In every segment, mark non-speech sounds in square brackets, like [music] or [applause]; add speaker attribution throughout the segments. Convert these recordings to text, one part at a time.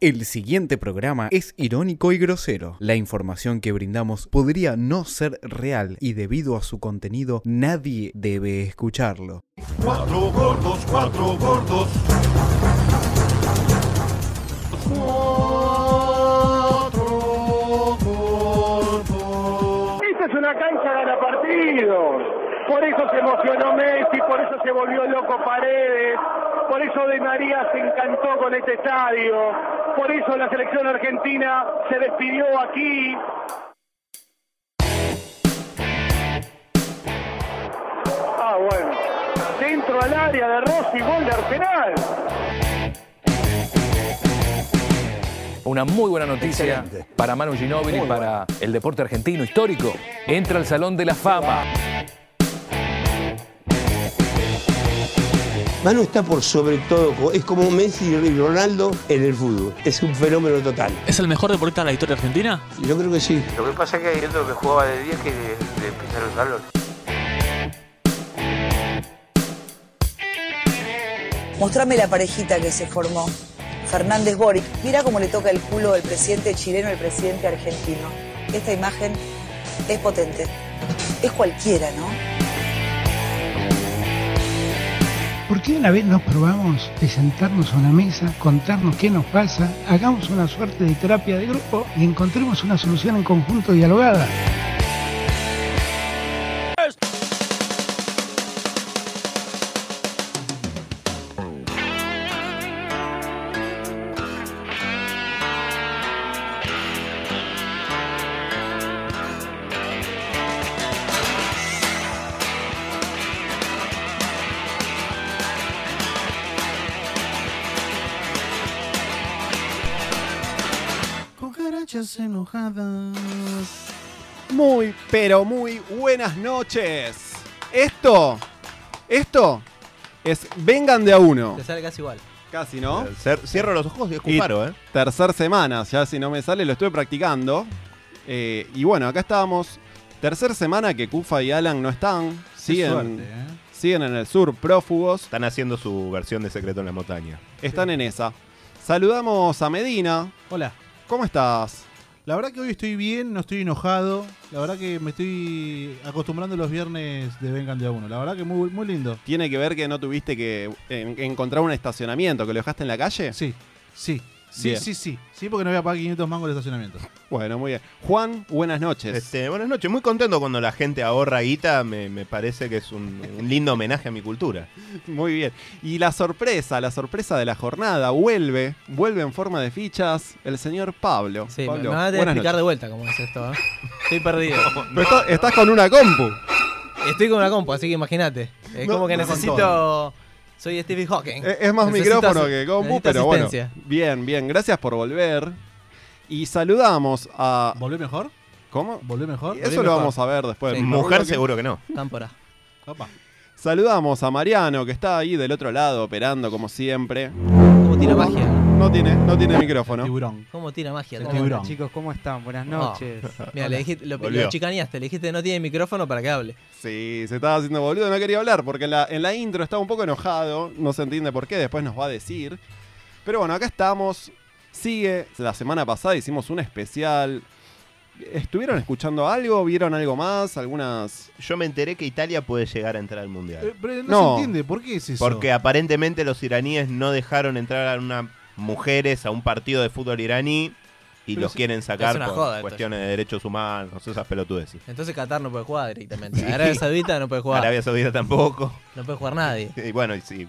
Speaker 1: El siguiente programa es irónico y grosero. La información que brindamos podría no ser real y debido a su contenido nadie debe escucharlo.
Speaker 2: Cuatro gordos, cuatro gordos. Cuatro gordos.
Speaker 3: Esta es una cancha de la partido. Por eso se emocionó Messi, por eso se volvió loco Paredes, por eso De María se encantó con este estadio, por eso la selección argentina se despidió aquí. Ah, bueno. Dentro al área de Rossi, gol de Arsenal.
Speaker 4: Una muy buena noticia para Manu Ginóbili, para el deporte argentino histórico. Entra al Salón de la Fama.
Speaker 5: Manu está por sobre todo, es como Messi y Ronaldo en el fútbol. Es un fenómeno total.
Speaker 6: ¿Es el mejor deportista de la historia argentina?
Speaker 5: Yo creo que sí.
Speaker 7: Lo que pasa es que yo que jugaba de 10 que de, de pisar el balón.
Speaker 8: Mostrame la parejita que se formó. Fernández Boric. Mira cómo le toca el culo del presidente chileno al presidente argentino. Esta imagen es potente. Es cualquiera, ¿no?
Speaker 9: ¿Por qué una vez nos probamos de sentarnos a una mesa, contarnos qué nos pasa, hagamos una suerte de terapia de grupo y encontremos una solución en conjunto dialogada?
Speaker 2: Cucarachas enojadas.
Speaker 10: Muy, pero muy buenas noches. Esto, esto es Vengan de a uno.
Speaker 11: Te sale casi igual.
Speaker 10: Casi, ¿no?
Speaker 12: Cer- Cierro los ojos y es
Speaker 10: Y-
Speaker 12: Cufaro, ¿eh?
Speaker 10: Tercer semana, ya si no me sale, lo estuve practicando. Eh, y bueno, acá estábamos. Tercer semana que Kufa y Alan no están. Siguen, ¿eh? siguen en el sur prófugos.
Speaker 12: ¿eh? Están haciendo su versión de Secreto en la Montaña.
Speaker 10: Están en esa. Saludamos a Medina.
Speaker 11: Hola.
Speaker 10: ¿Cómo estás?
Speaker 2: La verdad que hoy estoy bien, no estoy enojado. La verdad que me estoy acostumbrando a los viernes de Vengan de a uno. La verdad que muy, muy lindo.
Speaker 10: ¿Tiene que ver que no tuviste que en- encontrar un estacionamiento, que lo dejaste en la calle?
Speaker 2: Sí, sí, sí,
Speaker 10: Bien.
Speaker 2: sí, sí. Sí, porque no voy a pagar 500 mangos de estacionamiento.
Speaker 10: Bueno, muy bien. Juan, buenas noches.
Speaker 12: Este, buenas noches, muy contento cuando la gente ahorra guita, me, me parece que es un, un lindo homenaje a mi cultura.
Speaker 10: [laughs] Muy bien. Y la sorpresa, la sorpresa de la jornada, vuelve, vuelve en forma de fichas el señor Pablo.
Speaker 11: Sí, me-
Speaker 10: Pablo,
Speaker 11: me van a tener que
Speaker 10: buenas
Speaker 11: explicar de
Speaker 10: noches.
Speaker 11: vuelta cómo es esto. ¿eh? Estoy perdido.
Speaker 10: [laughs] Pero está- estás con una compu.
Speaker 11: Estoy con una compu, así que imagínate. Es
Speaker 10: No,
Speaker 11: como que
Speaker 10: no, con
Speaker 11: necesito. Soy Stevie Hawking.
Speaker 10: Es, es más
Speaker 11: Necesito
Speaker 10: micrófono
Speaker 11: asi-
Speaker 10: que compu,
Speaker 11: necesito
Speaker 10: pero bueno.
Speaker 11: asistencia.
Speaker 10: Bien, bien. Gracias por volver. Y saludamos a...
Speaker 2: ¿Volvé mejor?
Speaker 10: ¿Cómo?
Speaker 2: ¿Volvé mejor?
Speaker 10: Eso lo vamos a ver después.
Speaker 11: Sí.
Speaker 12: Mujer
Speaker 10: Seguro que-
Speaker 12: seguro que no.
Speaker 11: Támpora.
Speaker 2: Papá.
Speaker 10: Saludamos a Mariano, que está ahí del otro lado operando como siempre.
Speaker 11: ¿Cómo tira magia?
Speaker 10: No tiene, no tiene micrófono.
Speaker 2: Tiburón.
Speaker 11: ¿Cómo tira magia?
Speaker 2: El
Speaker 11: Toma.
Speaker 2: tiburón.
Speaker 13: Chicos, ¿cómo están? Buenas
Speaker 11: No.
Speaker 13: noches.
Speaker 11: [laughs] Mira, le dijiste, lo,
Speaker 12: Volvió.
Speaker 11: lo chicaneaste, le dijiste no tiene micrófono para que hable.
Speaker 10: Sí, se estaba haciendo boludo, no quería hablar porque en la, en la intro estaba un poco enojado, no se entiende por qué, después nos va a decir. Pero bueno, acá estamos. Sigue, la semana pasada hicimos un especial. ¿Estuvieron escuchando algo? ¿Vieron algo más? Algunas...
Speaker 12: Yo me enteré que Italia puede llegar a entrar al Mundial.
Speaker 2: Eh, pero no,
Speaker 10: No.
Speaker 2: se entiende, ¿por qué es eso?
Speaker 12: Porque aparentemente los iraníes no dejaron entrar a unas mujeres a un partido de fútbol iraní y
Speaker 2: Pero
Speaker 12: los
Speaker 2: si-
Speaker 12: quieren sacar
Speaker 11: es una
Speaker 12: por
Speaker 11: joda, esto.
Speaker 12: cuestiones de derechos humanos, esas pelotudeces.
Speaker 11: Entonces Qatar no puede jugar directamente. Arabia Saudita no puede jugar.
Speaker 12: Arabia Saudita tampoco.
Speaker 11: No puede jugar nadie.
Speaker 12: [laughs] Y bueno, y si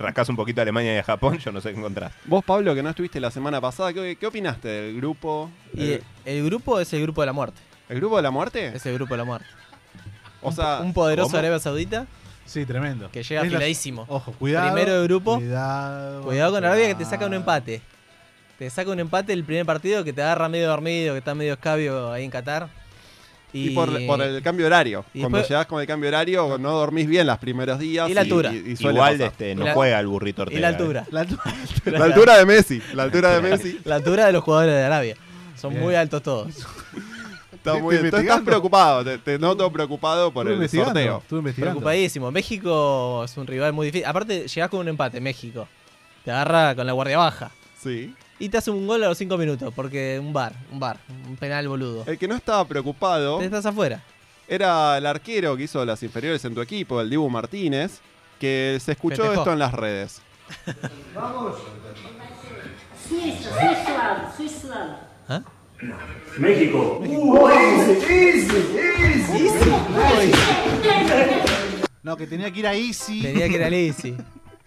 Speaker 12: rascas un poquito a Alemania y a Japón, yo no sé qué encontrás.
Speaker 10: Vos, Pablo, que no estuviste la semana pasada, ¿qué, qué opinaste del grupo?
Speaker 11: Y
Speaker 10: ¿El,
Speaker 11: el, grupo es el grupo de la muerte.
Speaker 10: el grupo de la muerte?
Speaker 11: Es el grupo de la muerte.
Speaker 10: O sea,
Speaker 11: Un poderoso
Speaker 12: ¿cómo?
Speaker 11: Arabia Saudita
Speaker 2: Sí, tremendo.
Speaker 11: que llega
Speaker 2: Es la-
Speaker 11: afiladísimo.
Speaker 2: Ojo, cuidado.
Speaker 11: Primero de grupo.
Speaker 2: Cuidado.
Speaker 11: Cuidado con Arabia que te saca un
Speaker 2: cuidado.
Speaker 11: empate. Te saca un empate el primer partido que te agarra medio dormido, que está medio escabio ahí en Qatar.
Speaker 10: y,
Speaker 11: Y,
Speaker 10: por, por el cambio de horario.
Speaker 11: y
Speaker 10: Cuando
Speaker 11: después- Ah.
Speaker 10: llegás con el cambio de horario, no dormís bien los primeros días.
Speaker 11: Y la altura.
Speaker 10: suele
Speaker 12: Igual
Speaker 10: pasar.
Speaker 12: este, no
Speaker 11: Y la-
Speaker 12: juega el
Speaker 11: y
Speaker 12: burrito Ortega.
Speaker 11: la
Speaker 12: eh.
Speaker 11: altura.
Speaker 2: La altura.
Speaker 10: La altura de Messi. La altura de Messi.
Speaker 11: [laughs] La altura de los jugadores de Arabia. Son
Speaker 2: Bien.
Speaker 11: muy altos todos.
Speaker 10: Está muy bien.
Speaker 2: Estoy
Speaker 10: Tú estás
Speaker 2: investigando.
Speaker 10: preocupado, te, te noto preocupado por
Speaker 2: Estuve
Speaker 10: el
Speaker 2: investigando,
Speaker 10: sorteo.
Speaker 2: Estuve investigando.
Speaker 11: Preocupadísimo. México es un rival muy difícil. Aparte, llegás con un empate, México. Te agarra con la guardia baja.
Speaker 10: Sí.
Speaker 11: Y te hace un gol a los 5 minutos, porque un bar, un bar, un penal boludo.
Speaker 10: El que no estaba preocupado.
Speaker 11: Te estás afuera.
Speaker 10: Era el arquero que hizo las inferiores en tu equipo, el Dibu Martínez, que se escuchó
Speaker 11: Festejó.
Speaker 10: esto en las redes.
Speaker 13: Suíça, Suíça, Suíça.
Speaker 14: [laughs]
Speaker 3: México.
Speaker 2: No, que tenía que ir a Easy.
Speaker 11: Tenía que
Speaker 10: [laughs]
Speaker 11: ir al
Speaker 2: [laughs]
Speaker 11: Easy.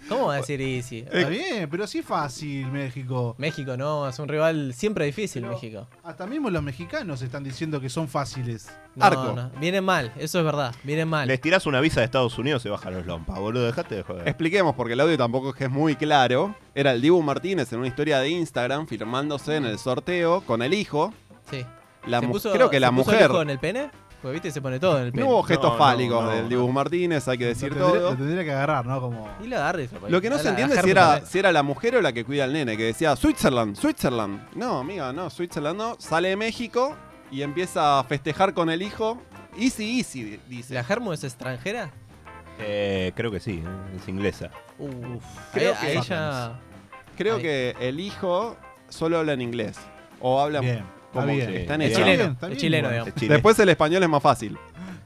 Speaker 11: ¿Cómo va a decir Easy?
Speaker 10: Eh,
Speaker 2: Está bien, pero sí fácil, México.
Speaker 11: Eh, México no, es un rival siempre difícil, México.
Speaker 2: Hasta mismo los mexicanos están diciendo que son fáciles.
Speaker 11: No, no, Vienen mal, eso es verdad, vienen mal.
Speaker 12: Les tirás una visa de Estados Unidos y bajan los lompas, boludo. Dejate de joder.
Speaker 10: Expliquemos, porque el audio tampoco es que es muy claro. Era el Dibu Martínez en una historia de Instagram firmándose en el sorteo con el hijo.
Speaker 11: Sí.
Speaker 10: La
Speaker 11: ¿Se
Speaker 10: mu-
Speaker 11: puso-
Speaker 10: creo que
Speaker 11: se
Speaker 10: la
Speaker 11: puso el
Speaker 10: mujer.
Speaker 11: hijo en el pene? Porque viste, se pone todo en el pene.
Speaker 10: No hubo gestos fálicos del Dibu Martínez, hay que decir
Speaker 2: tendría-
Speaker 10: todo.
Speaker 2: lo tendría que agarrar, ¿no? Como.
Speaker 11: Y la agarra y se la pone.
Speaker 10: Lo que no
Speaker 11: La-
Speaker 10: se
Speaker 11: la
Speaker 10: entiende es
Speaker 11: agarra
Speaker 10: si
Speaker 11: por
Speaker 10: era,
Speaker 11: la-
Speaker 10: si era la mujer o la que cuida al nene, que decía Switzerland, Switzerland. No, amiga, no, Switzerland no. Sale de México y empieza a festejar con el hijo. Easy, easy, dice.
Speaker 11: ¿La Germo es extranjera?
Speaker 12: Eh, creo que sí, eh, es inglesa.
Speaker 11: Uf,
Speaker 10: Creo
Speaker 11: a-
Speaker 10: que
Speaker 11: a ella.
Speaker 10: Creo
Speaker 11: Ahí.
Speaker 10: que el hijo solo habla en inglés. O habla
Speaker 2: Bien,
Speaker 10: como
Speaker 2: está bien.
Speaker 10: que está en
Speaker 2: Es
Speaker 10: esa.
Speaker 2: chileno, Está bien, es chileno, digamos. Es chileno.
Speaker 10: Después el español es más fácil.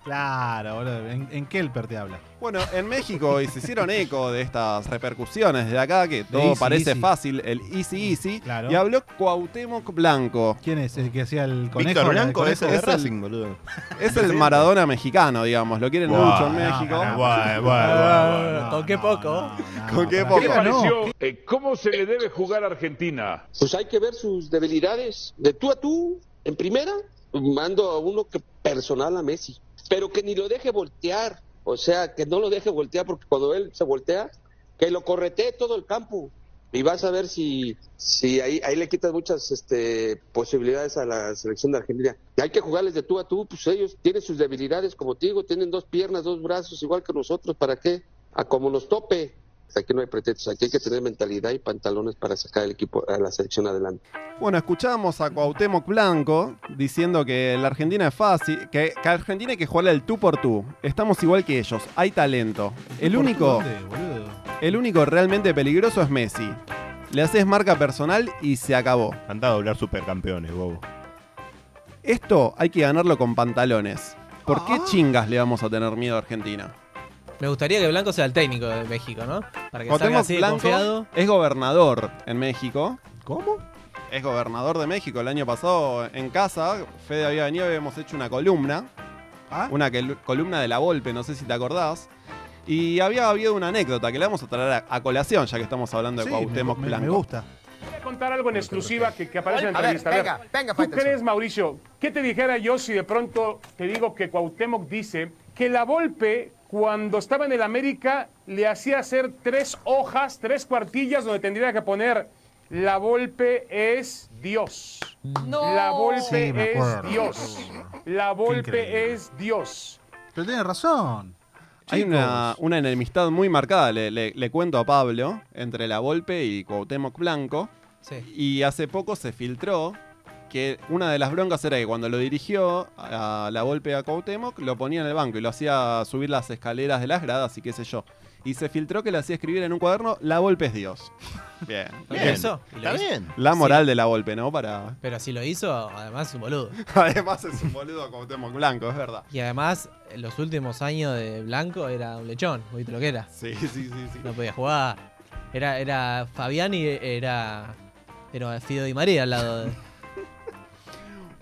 Speaker 2: Claro, boludo. En, en Kelper te habla.
Speaker 10: Bueno, en México y se hicieron eco de estas repercusiones de acá, que todo
Speaker 2: easy,
Speaker 10: parece
Speaker 2: easy.
Speaker 10: fácil, el easy easy.
Speaker 2: Claro.
Speaker 10: Y habló Cuauhtémoc Blanco.
Speaker 2: ¿Quién es? ¿El que hacía el conejo?
Speaker 10: Víctor
Speaker 2: ¿El
Speaker 10: Blanco
Speaker 2: conejo?
Speaker 10: es el de Racing,
Speaker 12: boludo.
Speaker 10: Es el Maradona mexicano, digamos. Lo quieren
Speaker 12: Guau,
Speaker 10: mucho en
Speaker 12: no,
Speaker 10: México.
Speaker 12: pará, pará, pará.
Speaker 11: ¿Con qué poco?
Speaker 10: ¿Con Ah, qué poco?
Speaker 15: Eh, ¿Cómo se le debe jugar a Argentina?
Speaker 16: Pues hay que ver sus debilidades de tú a tú en primera. Mando a uno que personal a Messi, pero que ni lo deje voltear, o sea, que no lo deje voltear porque cuando él se voltea, que lo corretee todo el campo y vas a ver si si ahí ahí le quitas muchas este posibilidades a la selección de Argentina. Y hay que jugarles de tú a tú, pues ellos tienen sus debilidades, como te digo, tienen dos piernas, dos brazos igual que nosotros, ¿para qué? A como nos tope. Aquí no hay pretextos, aquí hay que tener mentalidad y pantalones para sacar el equipo a la selección adelante.
Speaker 10: Bueno, escuchamos a Cuauhtémoc Blanco diciendo que la Argentina es fácil, que, que a Argentina hay que jugarle el tú por tú. Estamos igual que ellos, hay talento. El único, el único realmente peligroso es Messi. Le haces marca personal y se acabó.
Speaker 12: Anda a doblar supercampeones, bobo.
Speaker 10: Esto hay que ganarlo con pantalones. ¿Por qué chingas le vamos a tener miedo a Argentina?
Speaker 11: Me gustaría que Blanco sea el técnico de México, ¿no? Para que salga
Speaker 10: Cuauhtémoc
Speaker 11: así de
Speaker 10: Blanco
Speaker 11: confiado.
Speaker 10: es gobernador en México. ¿Cómo? Es gobernador de México. El año pasado en casa, Fede había venido y habíamos hecho una columna.
Speaker 2: Ah.
Speaker 10: Una quel- columna de la Volpe, no sé si te acordás. Y había habido una anécdota que la vamos a traer a, a colación, ya que estamos hablando de
Speaker 2: Sí, me-
Speaker 10: Cuauhtémoc
Speaker 2: me- me
Speaker 10: Blanco.
Speaker 2: gusta.
Speaker 15: Voy a contar algo en exclusiva que, que aparece en la
Speaker 14: A ver,
Speaker 15: entrevista. A ver,
Speaker 14: venga, venga,
Speaker 15: ¿Tú
Speaker 14: Faitelson.
Speaker 15: crees, Mauricio, qué te dijera yo si de pronto te digo que Cuauhtémoc dice que la Volpe, cuando estaba en el América, le hacía hacer tres hojas, tres cuartillas, donde tendría que poner la Volpe es Dios. La Volpe
Speaker 2: Sí, me
Speaker 15: es
Speaker 2: acuerdo.
Speaker 15: Dios. La Volpe es Dios.
Speaker 2: Pero tiene razón.
Speaker 10: Hay una, una enemistad muy marcada, le, le- le cuento a Pablo, entre la Volpe y Cuauhtémoc Blanco.
Speaker 11: Sí.
Speaker 10: Y hace poco se filtró que una de las broncas era que cuando lo dirigió a la golpe a Cuauhtémoc, lo ponía en el banco y lo hacía subir las escaleras de las gradas y qué sé yo. Y se filtró que le hacía escribir en un cuaderno, la golpe es Dios. [laughs] Bien.
Speaker 11: ¿Lo hizo? ¿Y lo hizo?
Speaker 10: La moral de la golpe, ¿no? Para...
Speaker 11: Pero si lo hizo, además es un boludo.
Speaker 10: [laughs] Además es un boludo Cuauhtémoc Blanco, es verdad.
Speaker 11: Y además, en los últimos años de Blanco era un lechón, ¿viste lo que era?
Speaker 10: Sí, sí, sí.
Speaker 11: No podía jugar. Era, era Fabián y era. Era Fido y María al lado de.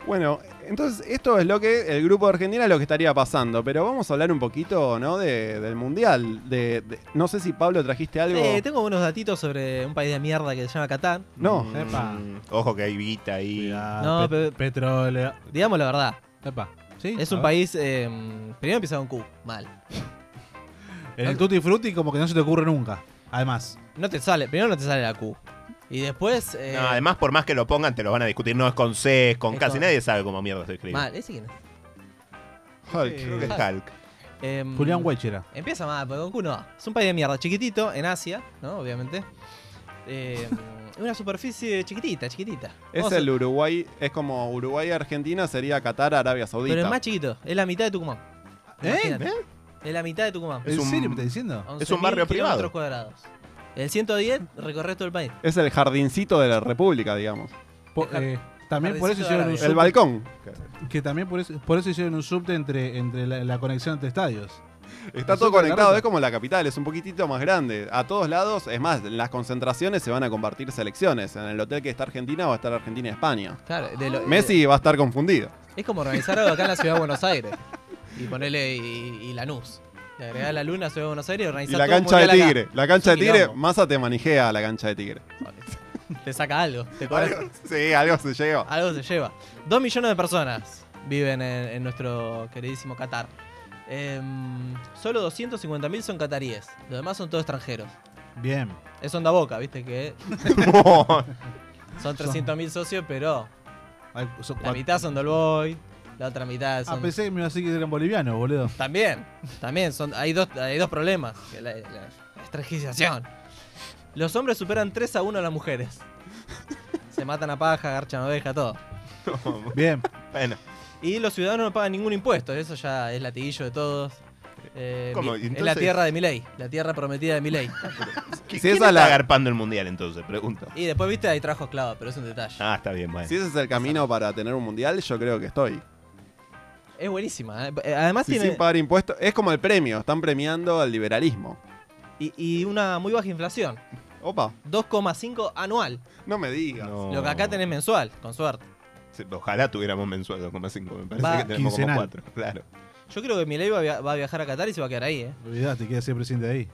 Speaker 10: Bueno, entonces esto es lo que el grupo de Argentina es lo que estaría pasando, pero vamos a hablar un poquito, ¿no? De- del Mundial. De, de- no sé si Pablo trajiste algo.
Speaker 11: Eh, tengo unos datitos sobre un país de mierda que se llama Catán.
Speaker 10: No.
Speaker 11: Epa.
Speaker 12: Mm, Ojo que hay guita ahí.
Speaker 11: No, pe-
Speaker 2: petróleo.
Speaker 11: Digamos la verdad.
Speaker 2: Sí,
Speaker 11: es
Speaker 2: a
Speaker 11: un
Speaker 2: ver.
Speaker 11: país. eh, primero empieza con Q. Mal.
Speaker 2: El Tutti Frutti como que no se te ocurre nunca. Además.
Speaker 11: No te sale. Primero no te sale la Q. Y después. eh,
Speaker 12: No, además, por más que lo pongan, te lo van a discutir. No es con C, es con
Speaker 11: Es
Speaker 12: casi
Speaker 11: con-
Speaker 12: nadie sabe cómo mierda se escribe.
Speaker 11: mal. ¿Ese quién es?
Speaker 12: Hulk, creo que es Hulk.
Speaker 11: Em,
Speaker 12: Julián Weichera.
Speaker 11: Empieza mal, pero con Q no. Es un país de mierda. Chiquitito, en Asia, ¿no? Obviamente. Eh, [laughs] una superficie chiquitita, chiquitita.
Speaker 10: Es
Speaker 11: Vamos
Speaker 10: el
Speaker 11: a-
Speaker 10: Uruguay, es como Uruguay-Argentina, sería Qatar, Arabia Saudita.
Speaker 11: Pero es más chiquito. Es la mitad de Tucumán.
Speaker 10: ¿Eh?
Speaker 11: Imagínate. Es la mitad de Tucumán.
Speaker 10: ¿En serio me estás
Speaker 2: diciendo?
Speaker 10: Es un barrio
Speaker 11: 11.000
Speaker 10: privado.
Speaker 11: kilómetros cuadrados. El 110 recorres todo el país.
Speaker 10: Es el jardincito de la República, digamos.
Speaker 2: Po- eh, también por
Speaker 11: Jardíncito
Speaker 2: eso hicieron
Speaker 11: de
Speaker 2: un
Speaker 11: la
Speaker 2: subte-
Speaker 10: El balcón.
Speaker 2: Que también por eso, por eso hicieron un subte entre, entre la, la conexión entre estadios.
Speaker 10: Está todo conectado, es como la capital, es un poquitito más grande. A todos lados, es más, en las concentraciones se van a compartir selecciones. En el hotel que está Argentina va a estar Argentina y España.
Speaker 11: Claro, de lo-
Speaker 10: Messi va a estar confundido.
Speaker 11: Es como organizar algo acá en la ciudad de Buenos Aires. Y ponerle y, y Lanús. Le agregás la luna a la ciudad de Buenos Aires y
Speaker 10: Y
Speaker 11: organizás
Speaker 10: la
Speaker 11: todo un
Speaker 10: cancha de
Speaker 11: mundial acá.
Speaker 10: Tigre, la cancha de
Speaker 11: Es un
Speaker 10: Tigre,
Speaker 11: quilombo.
Speaker 10: Massa te manijea a la cancha de Tigre.
Speaker 11: [laughs] Te saca algo. Te cobra-
Speaker 10: Sí, algo se lleva.
Speaker 11: Algo se lleva. Dos millones de personas viven en, en nuestro queridísimo Qatar. Em, solo 250.000 son cataríes. Los demás son todos extranjeros.
Speaker 2: Bien.
Speaker 11: Es onda boca, viste que.
Speaker 2: Son-
Speaker 11: [laughs] son 300.000 socios, pero.
Speaker 2: Ay, son
Speaker 11: La
Speaker 2: cuatro.
Speaker 11: mitad son Dolboy, la otra mitad son.
Speaker 2: Ah, pensé que me iba a decir que eran bolivianos, boludo.
Speaker 11: También, también. Son, hay, dos, hay dos problemas: que la, la- la extranjerización. Los hombres superan 3 a 1 a las mujeres. Se matan a paja, garchan oveja,
Speaker 10: [laughs]
Speaker 11: todo.
Speaker 2: Bien.
Speaker 12: Bueno.
Speaker 11: Y los ciudadanos no pagan ningún impuesto, eso ya es latiguillo de todos. Eh,
Speaker 12: ¿Cómo?
Speaker 11: mi-
Speaker 12: ¿Y
Speaker 11: es la
Speaker 12: entonces?
Speaker 11: tierra de Milei, la tierra prometida de
Speaker 10: [laughs]
Speaker 11: Milei.
Speaker 12: ¿Qui-
Speaker 10: Si
Speaker 12: ¿Quién
Speaker 10: esa
Speaker 12: está
Speaker 10: la-
Speaker 12: agarpando el mundial entonces? Pregunto.
Speaker 11: y después, viste, hay trajo esclava, pero es un detalle.
Speaker 12: Ah, está bien, bueno.
Speaker 10: Si ese es el camino para tener un mundial, yo creo que estoy.
Speaker 11: Es buenísima. eh. Eh, Además
Speaker 10: Si
Speaker 11: tiene
Speaker 10: sin pagar impuestos, es como el premio, están premiando al liberalismo.
Speaker 11: y, y una muy baja inflación.
Speaker 10: Opa.
Speaker 11: 2,5 anual.
Speaker 10: No me digas.
Speaker 11: Lo que acá tenés mensual, con suerte.
Speaker 12: Sí, Ojalá tuviéramos mensual 2,5. Me parece
Speaker 11: Va-
Speaker 12: que tenemos
Speaker 2: Quincenal.
Speaker 12: como 4. Claro.
Speaker 11: Yo creo que Milei va, a via- va a viajar a Qatar y se va a quedar ahí, eh.
Speaker 2: Olvidate, queda siempre sin de ahí.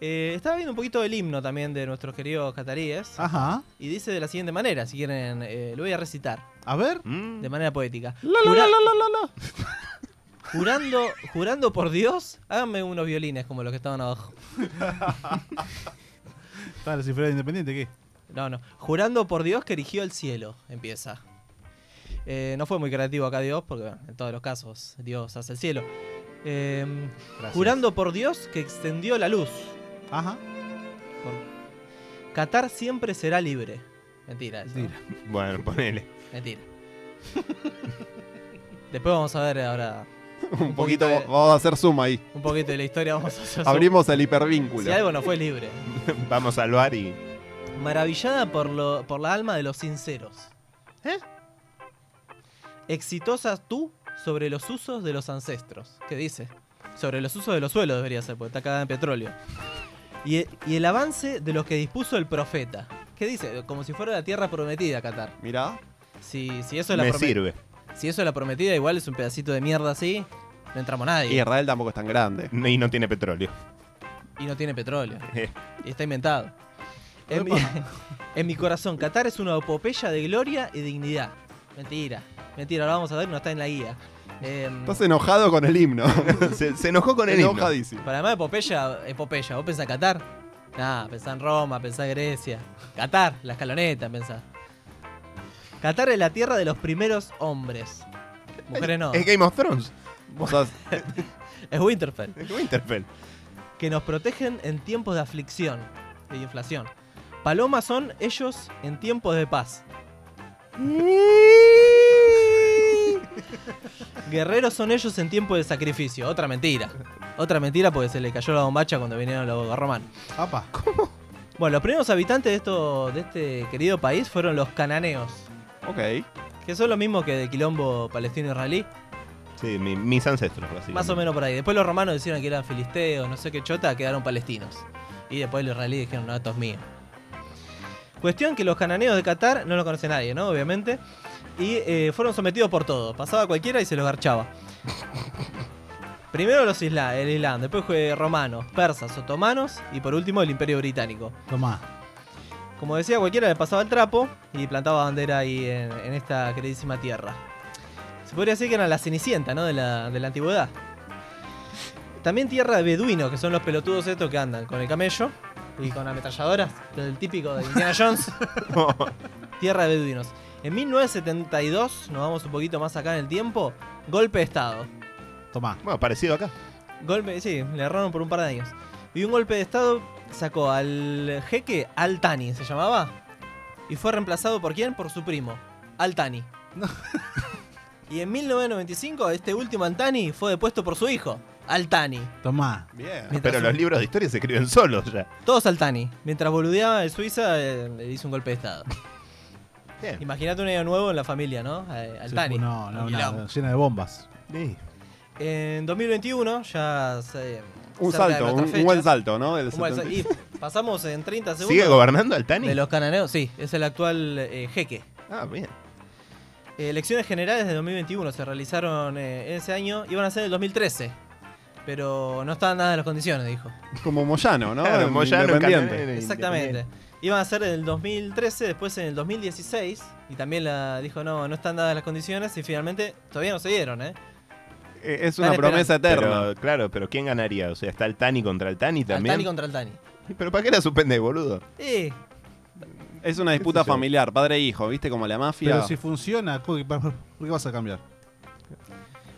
Speaker 11: Eh, estaba viendo un poquito el himno también de nuestros queridos cataríes.
Speaker 2: Ajá.
Speaker 11: Y dice de la siguiente manera, si quieren, eh, lo voy a recitar.
Speaker 2: A ver.
Speaker 11: De manera poética.
Speaker 2: La, la,
Speaker 11: Jura-
Speaker 2: la, la, la, la.
Speaker 11: [laughs] Jurando, jurando por Dios, háganme unos violines como los que estaban
Speaker 2: [laughs]
Speaker 11: abajo.
Speaker 2: Dale, si fuera independiente, ¿qué?
Speaker 11: No, no. Jurando por Dios que erigió el cielo, empieza. Eh, no fue muy creativo acá Dios, porque bueno, en todos los casos Dios hace el cielo. Eh,
Speaker 2: Gracias.
Speaker 11: jurando por Dios que extendió la luz.
Speaker 2: Ajá.
Speaker 11: Qatar siempre será libre. Mentira. eso.
Speaker 2: Mentira.
Speaker 12: Bueno, ponele.
Speaker 11: Mentira. [laughs] Después vamos a ver ahora
Speaker 10: Un poquito,
Speaker 11: poquito de-
Speaker 10: vamos a hacer suma ahí.
Speaker 11: un poquito de la historia. Vamos a hacer zoom.
Speaker 10: Abrimos el hipervínculo.
Speaker 11: Si algo no fue libre.
Speaker 12: [laughs] Vamos a salvar y.
Speaker 11: Maravillada por, lo, por la alma de los sinceros. ¿Eh? Exitosa tú sobre los usos de los ancestros. ¿Qué dice? Sobre los usos de los suelos debería ser, porque está cagada en petróleo. Y, e- y el avance de los que dispuso el profeta. ¿Qué dice? Como si fuera la tierra prometida, Qatar.
Speaker 10: Mirá.
Speaker 11: Si, si eso es la
Speaker 12: Me
Speaker 11: prome-
Speaker 12: sirve.
Speaker 11: Si eso es la prometida, igual es un pedacito de mierda así. No entramos nadie.
Speaker 10: Y Israel tampoco es tan grande.
Speaker 12: Y no tiene petróleo.
Speaker 11: Y no tiene petróleo.
Speaker 12: Eh.
Speaker 11: Y está inventado. En mi, [laughs] en mi corazón, Qatar es una epopeya de gloria y dignidad. Mentira. Mentira, ahora vamos a ver, no está en la guía. Em,
Speaker 10: Estás enojado con el himno.
Speaker 12: [laughs] se, enojó con el himno.
Speaker 10: Enojadísimo.
Speaker 11: Para además epopeya, epopeya. ¿Vos pensás Qatar? Nah, pensá en Roma, pensá en Grecia. Qatar, la escaloneta, pensá. Qatar es la tierra de los primeros hombres. Mujeres no.
Speaker 12: Es Game of Thrones.
Speaker 10: Vos sos-
Speaker 11: [laughs] Es Winterfell.
Speaker 12: Es Winterfell.
Speaker 11: que nos protegen en tiempos de aflicción y de inflación. Palomas son ellos en tiempos de
Speaker 12: [laughs]
Speaker 11: paz. Guerreros son ellos en tiempos de sacrificio. Otra mentira. Otra mentira porque se le cayó la bombacha cuando vinieron los romanos.
Speaker 2: Apa.
Speaker 11: Bueno, los primeros habitantes de, esto, de este querido país fueron los cananeos,
Speaker 10: Ok.
Speaker 11: que son los mismos que de quilombo palestino-israelí.
Speaker 12: Sí, mi- mis ancestros, básicamente.
Speaker 11: Más o menos por ahí. Después los romanos dijeron que eran filisteos, no sé qué chota, quedaron palestinos. Y después los israelíes dijeron, no, esto es mío. Cuestión que los cananeos de Qatar no lo conoce nadie, ¿no? Obviamente. Y eh, fueron sometidos por todos. Pasaba cualquiera y se los garchaba. Primero los isla el Islam, después fue romanos, persas, otomanos y por último el Imperio Británico.
Speaker 2: Tomá.
Speaker 11: Como decía, cualquiera le pasaba el trapo y plantaba bandera ahí en, en esta queridísima tierra. Se podría decir que era la cenicienta, ¿no? De la, de la antigüedad. También tierra de beduinos, que son los pelotudos estos que andan con el camello y con ametralladoras, el típico de Indiana
Speaker 12: [laughs]
Speaker 11: Jones. tierra de beduinos. En 1972, nos vamos un poquito más acá en el tiempo, golpe de Estado.
Speaker 2: Tomá.
Speaker 12: Bueno, parecido acá.
Speaker 11: Golpe, sí, le erraron por un par de años. Y un golpe de estado sacó al jeque Altani, se llamaba. Y fue reemplazado por quién? Por su primo, Altani. [laughs] Y en 1995 este último Altani fue depuesto por su hijo, al Tani.
Speaker 2: Tomá.
Speaker 11: Mientras
Speaker 12: Pero los
Speaker 11: un-
Speaker 12: libros de historia se escriben solos ya.
Speaker 11: Todos al Tani. Mientras boludeaba el Suiza, eh, le hizo un golpe de estado. Imagínate un año nuevo en la familia, ¿no? Eh, al
Speaker 2: Se
Speaker 11: Tani.
Speaker 2: fue- No, no,
Speaker 11: Un
Speaker 2: no,
Speaker 11: quilombo.
Speaker 2: llena de bombas.
Speaker 11: En 2021 ya se.
Speaker 10: Un
Speaker 11: cerca de
Speaker 10: salto,
Speaker 11: nuestra
Speaker 10: un- un
Speaker 11: fecha.
Speaker 10: buen salto, ¿no? Del
Speaker 11: Un buen sal-
Speaker 10: 70.
Speaker 11: y pasamos en 30 segundos.
Speaker 12: ¿Sigue gobernando al Tani?
Speaker 11: De los cananeos, sí. Es el actual eh, jeque.
Speaker 12: Ah, bien.
Speaker 11: elecciones generales de 2021 se realizaron eh, ese año. Iban a ser el 2013. Pero no estaban dadas las condiciones, dijo.
Speaker 10: Como Moyano, ¿no?
Speaker 12: Claro,
Speaker 10: En
Speaker 12: Moyano,
Speaker 10: Independiente.
Speaker 12: Canales.
Speaker 11: Exactamente. Iban a ser en el 2013, después en el 2016. Y también la dijo, no, no están dadas las condiciones. Y finalmente todavía no se dieron, ¿eh?
Speaker 10: Eh, Es
Speaker 11: Están
Speaker 10: una promesa
Speaker 11: esperando.
Speaker 10: eterna.
Speaker 12: Pero, claro, pero ¿quién ganaría? O sea, está el Tani contra el Tani
Speaker 11: Al
Speaker 12: también.
Speaker 11: Tani contra el Tani.
Speaker 12: Pero ¿para qué la suspende, boludo?
Speaker 11: Eh,
Speaker 10: Es una disputa familiar, padre e hijo, ¿viste? Como la mafia.
Speaker 2: Pero si funciona, ¿por qué por qué vas a cambiar?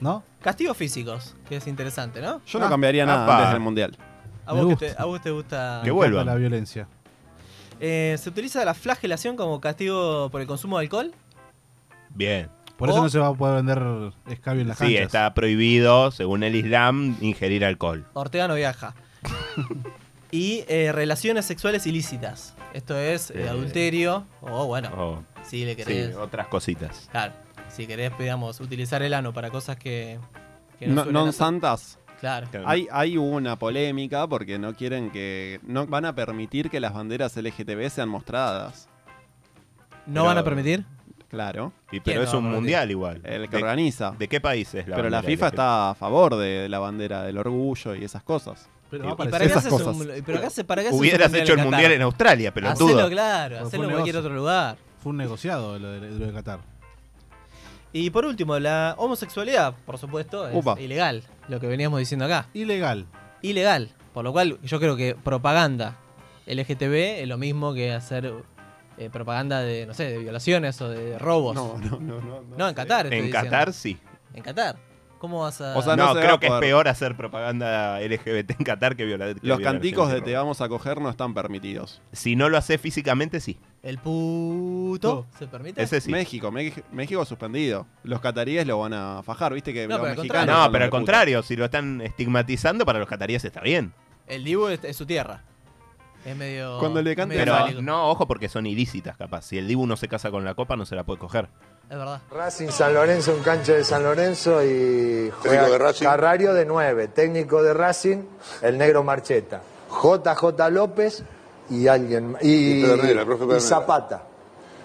Speaker 2: ¿No?
Speaker 11: castigos físicos, que es interesante, ¿no?
Speaker 10: Yo no cambiaría nada
Speaker 12: apa.
Speaker 10: antes del mundial.
Speaker 11: A
Speaker 2: Ah, Me
Speaker 11: vos, que
Speaker 2: gusta.
Speaker 11: te, a vos te gusta.
Speaker 12: Que vuelvan.
Speaker 2: La violencia.
Speaker 11: Eh, ¿Se utiliza la flagelación como castigo por el consumo de alcohol?
Speaker 12: Bien.
Speaker 2: Por
Speaker 11: O-
Speaker 2: eso no se va a poder vender escabio en las
Speaker 12: Sí,
Speaker 2: canchas.
Speaker 12: está prohibido, según el Islam, ingerir alcohol.
Speaker 11: Ortega no
Speaker 12: [laughs]
Speaker 11: viaja. y eh, relaciones sexuales ilícitas. Esto es eh,
Speaker 12: Eh.
Speaker 11: adulterio o, bueno,
Speaker 12: O-
Speaker 11: si le querés.
Speaker 12: Oh. sí, otras cositas.
Speaker 11: Claro, si querés, digamos, utilizar el ano para cosas que, que
Speaker 10: No-
Speaker 11: suelen
Speaker 10: non
Speaker 11: hacer.
Speaker 10: santas.
Speaker 11: Claro.
Speaker 10: Hay, hay una polémica porque no quieren que. No van a permitir que las banderas LGTB sean mostradas.
Speaker 11: ¿No
Speaker 10: Pero-
Speaker 11: van a permitir?
Speaker 10: Claro.
Speaker 12: Y, pero es un mundial igual.
Speaker 10: El que
Speaker 12: De-
Speaker 10: organiza.
Speaker 12: ¿De qué país es la
Speaker 10: pero la
Speaker 12: bandera?
Speaker 10: FIFA
Speaker 12: ¿De qué-
Speaker 10: está a favor de la bandera, del orgullo y esas cosas.
Speaker 2: Pero
Speaker 10: Y-
Speaker 2: va a
Speaker 10: y para
Speaker 11: ¿Para qué
Speaker 10: esas
Speaker 11: haces
Speaker 10: cosas.
Speaker 11: un- pero acá hace- para qué haces un
Speaker 12: Hubieras hecho el
Speaker 11: Qatar?
Speaker 12: mundial en Australia, pero
Speaker 11: Hacelo,
Speaker 12: dudo.
Speaker 11: claro,
Speaker 2: Porque fue
Speaker 11: hacelo
Speaker 2: un
Speaker 11: en cualquier
Speaker 2: negocio.
Speaker 11: otro lugar.
Speaker 2: Fue un negociado lo de, lo de Qatar.
Speaker 11: Y por último, la homosexualidad, por supuesto, es
Speaker 2: Upa.
Speaker 11: ilegal, lo que veníamos diciendo acá.
Speaker 2: Ilegal.
Speaker 11: Ilegal, por lo cual yo creo que propaganda LGTB es lo mismo que hacer eh, propaganda de, no sé, de violaciones o de robos.
Speaker 10: No, no, no. No,
Speaker 11: No, en Qatar. estoy
Speaker 12: En
Speaker 11: diciendo.
Speaker 12: Qatar sí.
Speaker 11: En Qatar. ¿Cómo vas a...?
Speaker 10: O sea, no
Speaker 12: no,
Speaker 10: se va
Speaker 12: creo
Speaker 10: a
Speaker 12: que es
Speaker 10: poder.
Speaker 12: peor hacer propaganda LGBT en Qatar que violar. que
Speaker 10: Los
Speaker 12: violaciones
Speaker 10: canticos
Speaker 12: y
Speaker 10: de
Speaker 12: robo.
Speaker 10: te vamos a coger no están permitidos.
Speaker 12: Si no lo haces físicamente, sí.
Speaker 11: ¿El puto se permite?
Speaker 12: Ese sí.
Speaker 10: México, Mex- México suspendido. Los cataríes lo van a fajar, viste que
Speaker 11: No,
Speaker 10: los
Speaker 11: pero al
Speaker 10: mexicanos.
Speaker 11: contrario.
Speaker 10: son
Speaker 12: No,
Speaker 10: los
Speaker 12: pero al
Speaker 10: de puta.
Speaker 12: contrario, si lo están estigmatizando, para los cataríes está bien.
Speaker 11: El Dibu es, es su tierra. Es medio...
Speaker 10: Oh, Cuando le
Speaker 11: es
Speaker 10: cante-
Speaker 11: medio
Speaker 12: Pero
Speaker 11: sádico.
Speaker 12: no, ojo, porque son ilícitas, capaz. Si el Dibu no se casa con la copa, no se la puede coger.
Speaker 11: Es verdad.
Speaker 14: Racing San Lorenzo en cancha de San Lorenzo y juega
Speaker 5: Técnico de Racing.
Speaker 14: Carrario de 9, técnico de Racing, el negro Marcheta, JJ López y alguien más- y,
Speaker 5: Y Pedernera, el profe
Speaker 14: y
Speaker 5: Pedernera.
Speaker 14: Zapata,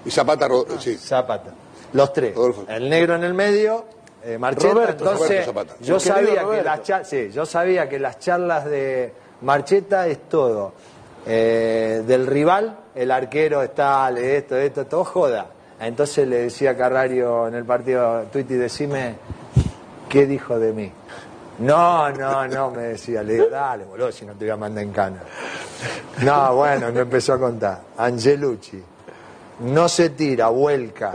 Speaker 5: Y Zapata, Ro- sí.
Speaker 14: Zapata, los tres, el negro en el medio, eh, Marcheta,
Speaker 5: Roberto,
Speaker 14: entonces
Speaker 5: Roberto Zapata.
Speaker 14: yo
Speaker 5: El querido
Speaker 14: sabía que
Speaker 5: Roberto.
Speaker 14: las cha- sí, yo sabía que las charlas de Marcheta es todo eh, del rival, el arquero está, le esto, esto, todo joda. Entonces le decía a Carrario en el partido, Twitty, decime qué dijo de mí. No, no, no, me decía, le digo, dale, boludo, si no te voy a mandar en cana. No, bueno, me empezó a contar. Angelucci, no se tira, vuelca.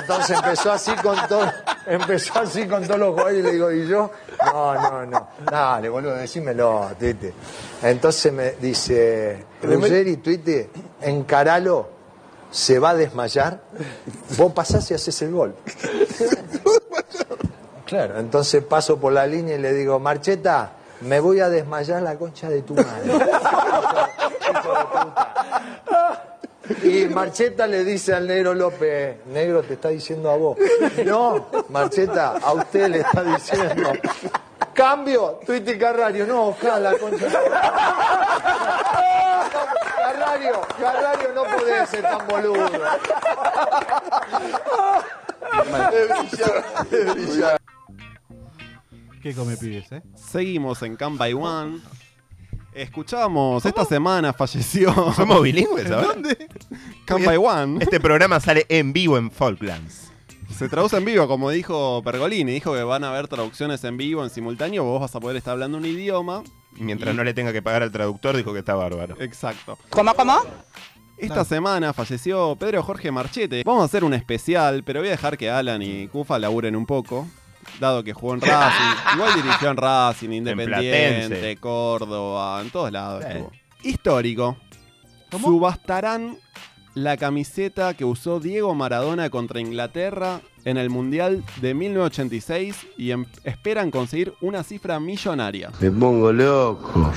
Speaker 14: Entonces empezó así con todo, empezó así con todos los jugadores y le digo, ¿y yo? No, no, no. Dale, boludo, decímelo, Tete. Entonces me dice, Ruggeri, Tete, encaralo, se va a desmayar, vos pasás y haces el gol. Claro, entonces paso por la línea y le digo, Marcheta, me voy a desmayar la concha de tu madre. Y Marcheta le dice al negro López, negro te está diciendo a vos. No, Marcheta, a usted le está diciendo. Cambio, Twitty Carrario, no, ojalá, concha. de- Carrario, Carrario, no podés ser tan boludo.
Speaker 2: ¿Qué come pibes, eh?
Speaker 10: Seguimos en Camp by One. Escuchamos, esta semana falleció.
Speaker 12: [laughs] Somos bilingües,
Speaker 10: ¿En
Speaker 12: ¿sabes?
Speaker 10: [laughs] dónde? Camp by One.
Speaker 12: [laughs] Este programa sale en vivo en Falklands.
Speaker 10: Se traduce en vivo, como dijo Pergolini. Dijo que van a haber traducciones en vivo, en simultáneo. Vos vas a poder estar hablando un idioma.
Speaker 12: Mientras
Speaker 10: Y-
Speaker 12: no le tenga que pagar al traductor, dijo que está bárbaro.
Speaker 10: Exacto.
Speaker 14: ¿Cómo, cómo?
Speaker 10: Esta semana falleció Pedro Jorge Marchete. Vamos a hacer un especial, pero voy a dejar que Alan y Kufa laburen un poco. Dado que jugó en Racing, igual dirigió en Racing, Independiente,
Speaker 12: Platense.
Speaker 10: Córdoba, en todos lados.
Speaker 12: Sí.
Speaker 10: estuvo. Histórico. Subastarán la camiseta que usó Diego Maradona contra Inglaterra en el Mundial de 1986 y em- esperan conseguir una cifra millonaria.
Speaker 5: Me pongo loco.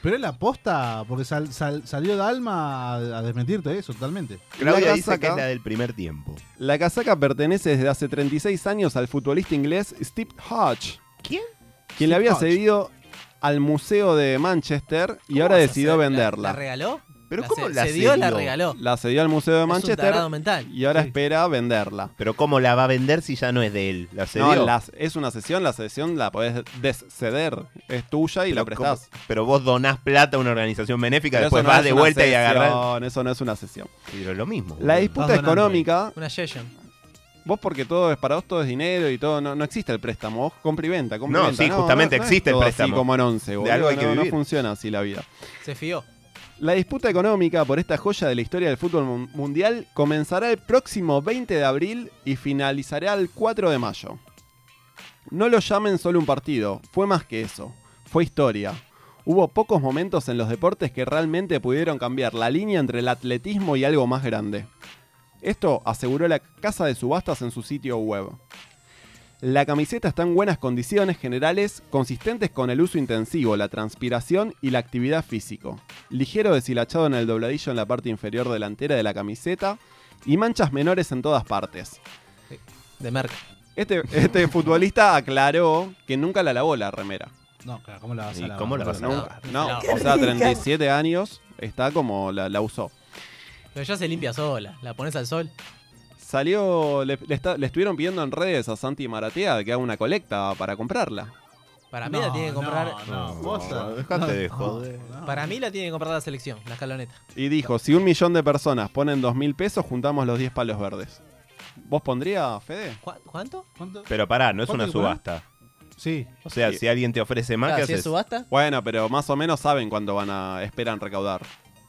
Speaker 2: Pero es la aposta, porque sal- sal- salió Dalma a, a desmentirte eso totalmente.
Speaker 12: Claudia dice que es la del primer tiempo.
Speaker 10: La casaca pertenece desde hace 36 años al futbolista inglés Steve Hodge,
Speaker 12: ¿Quién?
Speaker 10: quien la había
Speaker 12: Hodge.
Speaker 10: cedido al Museo de Manchester y ahora
Speaker 11: vas a
Speaker 10: decidió
Speaker 11: hacer? ¿La-
Speaker 10: venderla.
Speaker 11: ¿La regaló?
Speaker 12: ¿Pero
Speaker 11: La
Speaker 12: cómo
Speaker 11: ce-
Speaker 12: la
Speaker 11: cedió? la
Speaker 12: cedió?
Speaker 11: regaló.
Speaker 10: La cedió al Museo de
Speaker 11: un
Speaker 10: Manchester
Speaker 11: tarado mental.
Speaker 10: y ahora espera venderla.
Speaker 12: Pero ¿cómo la va a vender si ya no es de él? ¿La
Speaker 10: No,
Speaker 12: cedió?
Speaker 10: las- es una sesión, la sesión la podés desceder. Es tuya y la prestás.
Speaker 12: ¿Cómo? Pero vos donás plata a una organización benéfica,
Speaker 10: Pero
Speaker 12: después
Speaker 10: eso no
Speaker 12: vas
Speaker 10: es
Speaker 12: de
Speaker 10: una
Speaker 12: vuelta y agarrás.
Speaker 10: sesión, Eso no es una sesión.
Speaker 12: Pero lo mismo.
Speaker 10: La
Speaker 12: boludo.
Speaker 10: disputa
Speaker 11: Estás donando
Speaker 10: económica,
Speaker 11: Una session.
Speaker 10: vos porque todo es para vos, todo es dinero y todo, no, no existe el préstamo. Vos compra y venta, compra y
Speaker 12: No,
Speaker 10: venta.
Speaker 12: sí, justamente
Speaker 10: es
Speaker 12: existe el
Speaker 10: todo Así
Speaker 12: préstamo.
Speaker 10: como en once,
Speaker 12: De
Speaker 10: boludo,
Speaker 12: algo hay que
Speaker 10: no, no
Speaker 12: vivir.
Speaker 10: funciona así la vida.
Speaker 11: Se fió.
Speaker 10: La disputa económica por esta joya de la historia del fútbol mun- mundial comenzará el próximo 20 de abril y finalizará el 4 de mayo. No lo llamen solo un partido, fue más que eso, fue historia. Hubo pocos momentos en los deportes que realmente pudieron cambiar la línea entre el atletismo y algo más grande. Esto aseguró la casa de subastas en su sitio web. La camiseta está en buenas condiciones generales, consistentes con el uso intensivo, la transpiración y la actividad físico. Ligero deshilachado en el dobladillo en la parte inferior delantera de la camiseta y manchas menores en todas partes.
Speaker 11: De merca.
Speaker 10: Este,
Speaker 2: [laughs]
Speaker 10: este futbolista aclaró que nunca la lavó la remera.
Speaker 2: No, claro, ¿cómo la vas a
Speaker 12: ¿Y
Speaker 2: lavar?
Speaker 12: cómo la vas a
Speaker 10: No,
Speaker 12: lavar?
Speaker 10: no,
Speaker 11: Qué
Speaker 10: o sea,
Speaker 11: rica.
Speaker 10: 37 años, está como la, la usó.
Speaker 11: Pero ya se limpia sola. La pones al sol.
Speaker 10: Salió, le, le está- le estuvieron pidiendo en redes a Santi Maratea que haga una colecta para comprarla.
Speaker 11: Para mí
Speaker 2: No,
Speaker 11: la tiene que comprar.
Speaker 2: No, no, posta.
Speaker 12: dejate de joder.
Speaker 11: Para mí la tiene que comprar la selección, la escaloneta.
Speaker 10: Y dijo, si un millón de personas ponen dos mil pesos, juntamos los 10 palos verdes. ¿Vos pondrías, Fede?
Speaker 11: ¿Cu- ¿Cuánto?
Speaker 2: ¿Cuánto?
Speaker 12: Pero pará, no es
Speaker 2: ¿Cuánto
Speaker 12: una
Speaker 2: que ponés?
Speaker 12: subasta.
Speaker 2: Sí.
Speaker 12: O sea,
Speaker 10: Sí.
Speaker 12: si alguien te ofrece más,
Speaker 11: Claro,
Speaker 12: ¿qué
Speaker 11: si es
Speaker 12: haces?
Speaker 11: subasta.
Speaker 10: Bueno, pero más o menos saben cuánto van a esperan recaudar.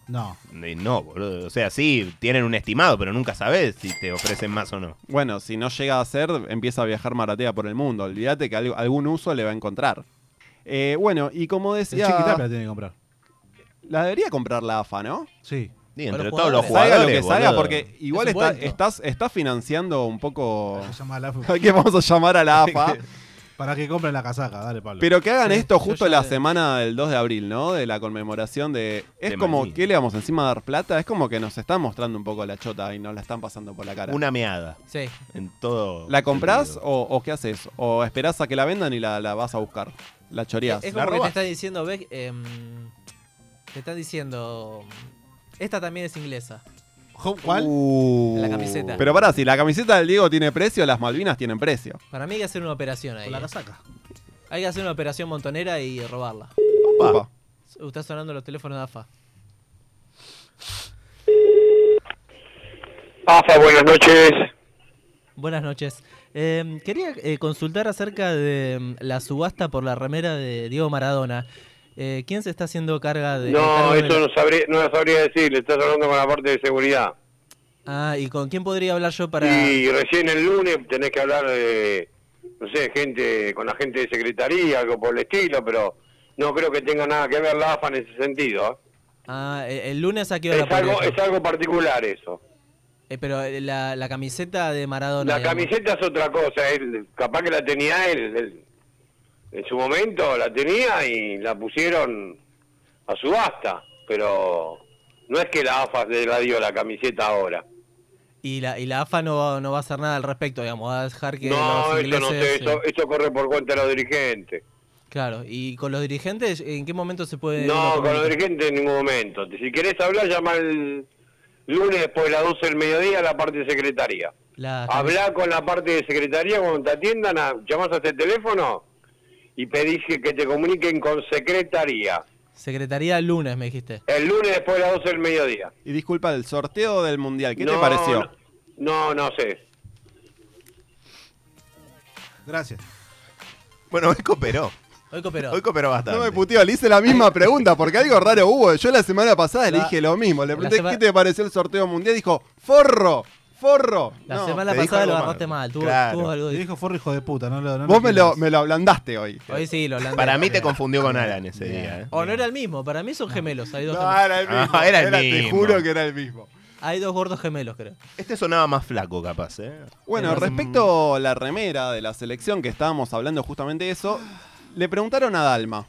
Speaker 2: No.
Speaker 12: Eh, No, boludo. O sea, sí, tienen un estimado, pero nunca sabes si te ofrecen más o no.
Speaker 10: Bueno, si no llega a ser, empieza a viajar Maratea por el mundo. Olvídate que algo- algún uso le va a encontrar. Eh, bueno, y como
Speaker 2: El chiquitapia la
Speaker 10: decía,
Speaker 2: tiene que comprar.
Speaker 10: la debería comprar la AFA, ¿no?
Speaker 2: Sí.
Speaker 12: Sí,
Speaker 11: Con
Speaker 12: entre
Speaker 11: los
Speaker 12: todos los
Speaker 10: Salga
Speaker 12: jugadores.
Speaker 10: lo que salga,
Speaker 12: boludo.
Speaker 10: porque igual
Speaker 11: Es un
Speaker 10: está-
Speaker 11: vuelto.
Speaker 10: estás, estás financiando un poco...
Speaker 2: Se llama la-
Speaker 10: [laughs] que vamos a llamar a
Speaker 2: [laughs]
Speaker 10: la AFA.
Speaker 2: Para que compren la casaca, dale, Pablo.
Speaker 10: Pero que hagan
Speaker 11: Sí,
Speaker 10: esto
Speaker 11: yo
Speaker 10: justo
Speaker 11: ya
Speaker 10: la
Speaker 11: de-
Speaker 10: semana del 2 de abril, ¿no? De la conmemoración de... Es
Speaker 12: De
Speaker 10: como,
Speaker 12: Malvinas.
Speaker 10: ¿qué le vamos encima a dar plata? Es como que nos están mostrando un poco la chota y nos la están pasando por la cara.
Speaker 12: Una meada.
Speaker 11: Sí.
Speaker 12: En todo.
Speaker 10: ¿La comprás
Speaker 12: sentido.
Speaker 10: o, o qué haces? ¿O esperás a que la vendan y la, la vas a buscar? ¿La choreás?
Speaker 11: Es, es
Speaker 12: la
Speaker 11: como que te
Speaker 12: robás.
Speaker 11: están diciendo, Beck, em, te están diciendo, esta también es inglesa.
Speaker 2: Jo- ¿Cuál?
Speaker 12: Uh.
Speaker 11: La camiseta.
Speaker 10: Pero pará, si la camiseta del Diego tiene precio, las Malvinas tienen precio.
Speaker 11: Para mí hay que hacer una operación ahí.
Speaker 2: Con la
Speaker 11: eh.
Speaker 2: casaca.
Speaker 11: Hay que hacer una operación montonera y robarla.
Speaker 10: Opa.
Speaker 11: Uh, Está sonando los teléfonos de AFA.
Speaker 17: AFA, buenas noches.
Speaker 11: Buenas noches. Em, quería eh, consultar acerca de em, la subasta por la remera de Diego Maradona. Eh, ¿Quién se está haciendo carga de.?
Speaker 17: No,
Speaker 11: cargo de
Speaker 17: eso
Speaker 11: la-
Speaker 17: no sabría, no lo sabría decir, le estás hablando con la parte de seguridad.
Speaker 11: Ah, ¿y con quién podría hablar yo para.?
Speaker 17: Y recién el lunes tenés que hablar de, no sé, gente, con la gente de secretaría, algo por el estilo, pero no creo que tenga nada que ver la AFA en ese sentido. ¿eh?
Speaker 11: Ah, eh, el lunes aquí
Speaker 17: Es algo, es algo particular eso.
Speaker 11: Pero eh, la, la camiseta de Maradona.
Speaker 17: La
Speaker 11: digamos.
Speaker 17: camiseta es otra cosa, él, capaz que la tenía él, él, en su momento la tenía y la pusieron a subasta, pero no es que la AFA le la dio la camiseta ahora.
Speaker 11: Y la, y la AFA no va, no va a hacer nada al respecto, digamos, va a dejar que
Speaker 17: No,
Speaker 11: los
Speaker 17: eso
Speaker 11: ingleses...
Speaker 17: no sé, eso,
Speaker 11: eh,
Speaker 17: eso corre por cuenta de los dirigentes.
Speaker 11: Claro, y con los dirigentes, ¿en qué momento se puede...? uno
Speaker 17: No, con los
Speaker 11: comunicar?
Speaker 17: dirigentes en ningún momento. Si querés hablar, llama el lunes después de las 12 del mediodía a la parte de secretaría.
Speaker 11: La camiseta.
Speaker 17: Habla con la parte de secretaría cuando te atiendan, a, llamás a este teléfono y pedís que, que te comuniquen con secretaría.
Speaker 11: Secretaría el lunes, me dijiste.
Speaker 17: El lunes después de las 12 del mediodía.
Speaker 10: Y disculpa, el sorteo del mundial, ¿qué te
Speaker 17: No,
Speaker 10: pareció?
Speaker 17: No, no sé.
Speaker 2: Gracias.
Speaker 12: Bueno, hoy cooperó.
Speaker 11: Hoy cooperó.
Speaker 12: Hoy cooperó bastante.
Speaker 10: No me puteó, le hice la misma pregunta porque algo raro hubo. Yo la semana pasada le
Speaker 11: La-
Speaker 10: dije lo mismo. Le
Speaker 11: la
Speaker 10: pregunté,
Speaker 11: sema-
Speaker 10: ¿qué te pareció el sorteo mundial? Dijo, ¡forro! ¡forro!
Speaker 11: La
Speaker 10: No,
Speaker 11: semana
Speaker 12: te dijo
Speaker 11: pasada lo
Speaker 12: algo
Speaker 11: agarraste
Speaker 12: malo.
Speaker 11: mal, tuvo,
Speaker 12: Claro.
Speaker 11: tuvo algo...
Speaker 2: Le dijo forro hijo de puta, no lo. no
Speaker 10: Vos me
Speaker 2: quiero
Speaker 10: lo,
Speaker 2: más.
Speaker 10: me lo ablandaste hoy.
Speaker 11: Hoy sí, lo holandés.
Speaker 12: Para mí te confundió con Alan ese
Speaker 11: Bien.
Speaker 12: día. ¿eh?
Speaker 11: O no era el mismo, para mí son gemelos, hay dos
Speaker 10: No,
Speaker 11: gemelos.
Speaker 10: era el
Speaker 12: Ah,
Speaker 10: mismo.
Speaker 12: era el
Speaker 10: Te
Speaker 12: mismo.
Speaker 10: juro que era el mismo.
Speaker 11: Hay dos gordos gemelos, creo.
Speaker 12: Este sonaba más flaco, capaz, ¿eh?
Speaker 10: Bueno,
Speaker 11: Em,
Speaker 10: respecto a la remera de la selección, que estábamos hablando justamente de eso, le preguntaron a Dalma.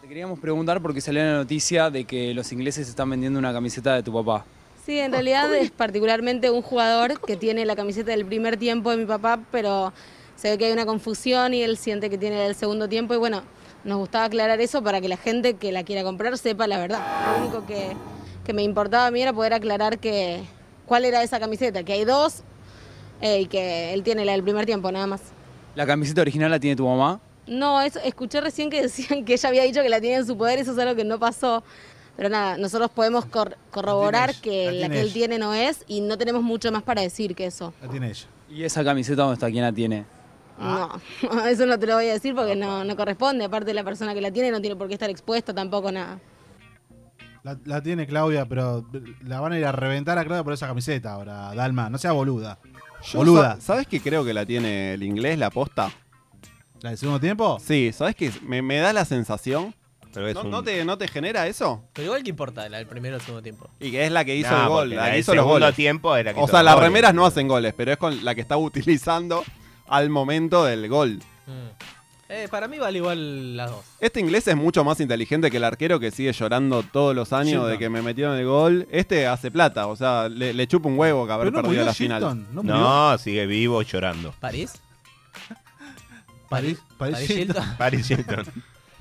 Speaker 18: Te queríamos preguntar porque salió la noticia de que los ingleses están vendiendo una camiseta de tu papá.
Speaker 19: Sí, en realidad es particularmente un jugador que tiene la camiseta del primer tiempo de mi papá, pero se ve que hay una confusión y él siente que tiene la del segundo tiempo y bueno, nos gustaba aclarar eso para que la gente que la quiera comprar sepa la verdad. Lo único que, que me importaba a mí era poder aclarar que cuál era esa camiseta, que hay dos eh, y que él tiene la del primer tiempo nada más.
Speaker 18: ¿La camiseta original la tiene tu mamá?
Speaker 19: No, eso- escuché recién que decían que ella había dicho que la tenía en su poder, eso es algo que no pasó. Pero nada, nosotros podemos cor- corroborar que
Speaker 18: la
Speaker 19: la,
Speaker 18: tiene
Speaker 19: que él
Speaker 18: ella.
Speaker 19: tiene no es y no tenemos mucho más para decir que eso.
Speaker 18: La tiene ella. ¿Y esa camiseta dónde está? ¿Quién la tiene?
Speaker 19: No, [laughs] eso no te lo voy a decir porque no, no corresponde. Aparte, la persona que la tiene no tiene por qué estar expuesta tampoco nada.
Speaker 2: La, la tiene Claudia, pero la van a ir a reventar a Claudia por esa camiseta ahora, Dalma. No sea boluda. boluda.
Speaker 10: sa- ¿Sabes que creo que la tiene el inglés, la posta?
Speaker 2: ¿La del segundo tiempo?
Speaker 10: Sí, ¿sabes que me, me da la sensación? ¿No,
Speaker 2: un-
Speaker 10: no te, ¿No te genera eso?
Speaker 11: Pero igual que importa la del primero o segundo tiempo.
Speaker 10: Y que es la que hizo
Speaker 12: Nah,
Speaker 10: el gol.
Speaker 12: porque
Speaker 10: La
Speaker 12: la
Speaker 10: que
Speaker 12: del
Speaker 10: hizo los
Speaker 12: segundo
Speaker 10: goles.
Speaker 12: tiempo era que
Speaker 10: o
Speaker 12: hizo
Speaker 10: sea,
Speaker 12: los
Speaker 10: las
Speaker 12: goles.
Speaker 10: remeras no hacen goles, pero es con la que estaba [laughs] utilizando al momento del gol.
Speaker 11: Eh, para mí vale igual las dos.
Speaker 10: Este inglés es mucho más inteligente que el arquero que sigue llorando todos los años
Speaker 11: Shilton.
Speaker 10: de que me metieron el gol. Este hace plata, o sea, le, le chupa un huevo que haber
Speaker 12: Pero no
Speaker 10: perdido
Speaker 12: murió
Speaker 10: la
Speaker 12: Shilton,
Speaker 10: final.
Speaker 12: no murió. No, sigue vivo llorando.
Speaker 11: ¿París?
Speaker 2: París, París,
Speaker 11: Paris Hilton.
Speaker 12: Paris Hilton.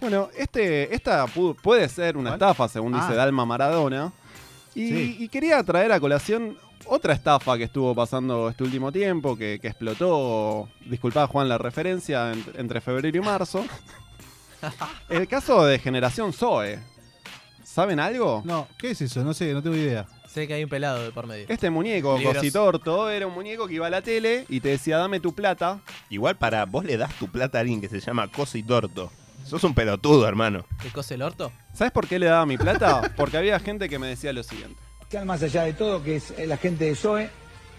Speaker 10: Bueno, este, esta pu- puede ser una estafa, según
Speaker 12: Ah.
Speaker 10: dice Dalma Maradona. [laughs] Y,
Speaker 12: Sí.
Speaker 10: y quería traer a colación otra estafa que estuvo pasando este último tiempo, que, que explotó, disculpad Juan la referencia, en- entre febrero y marzo. El caso de Generación Zoe. ¿Saben algo?
Speaker 2: [laughs] No, ¿qué es eso? No sé, no tengo idea.
Speaker 11: Sé que hay un pelado de por medio.
Speaker 10: Este muñeco,
Speaker 11: Peligroso.
Speaker 10: Cositorto, era un muñeco que iba a la tele y te decía, dame tu plata.
Speaker 12: Igual para vos le das tu plata a alguien que se llama Cosi Torto. Sos un pelotudo, hermano.
Speaker 11: ¿Te cose el orto?
Speaker 10: ¿Sabes por qué le daba mi plata? Porque había gente que me decía lo siguiente.
Speaker 7: Más allá de todo, que es eh, la gente de SOE,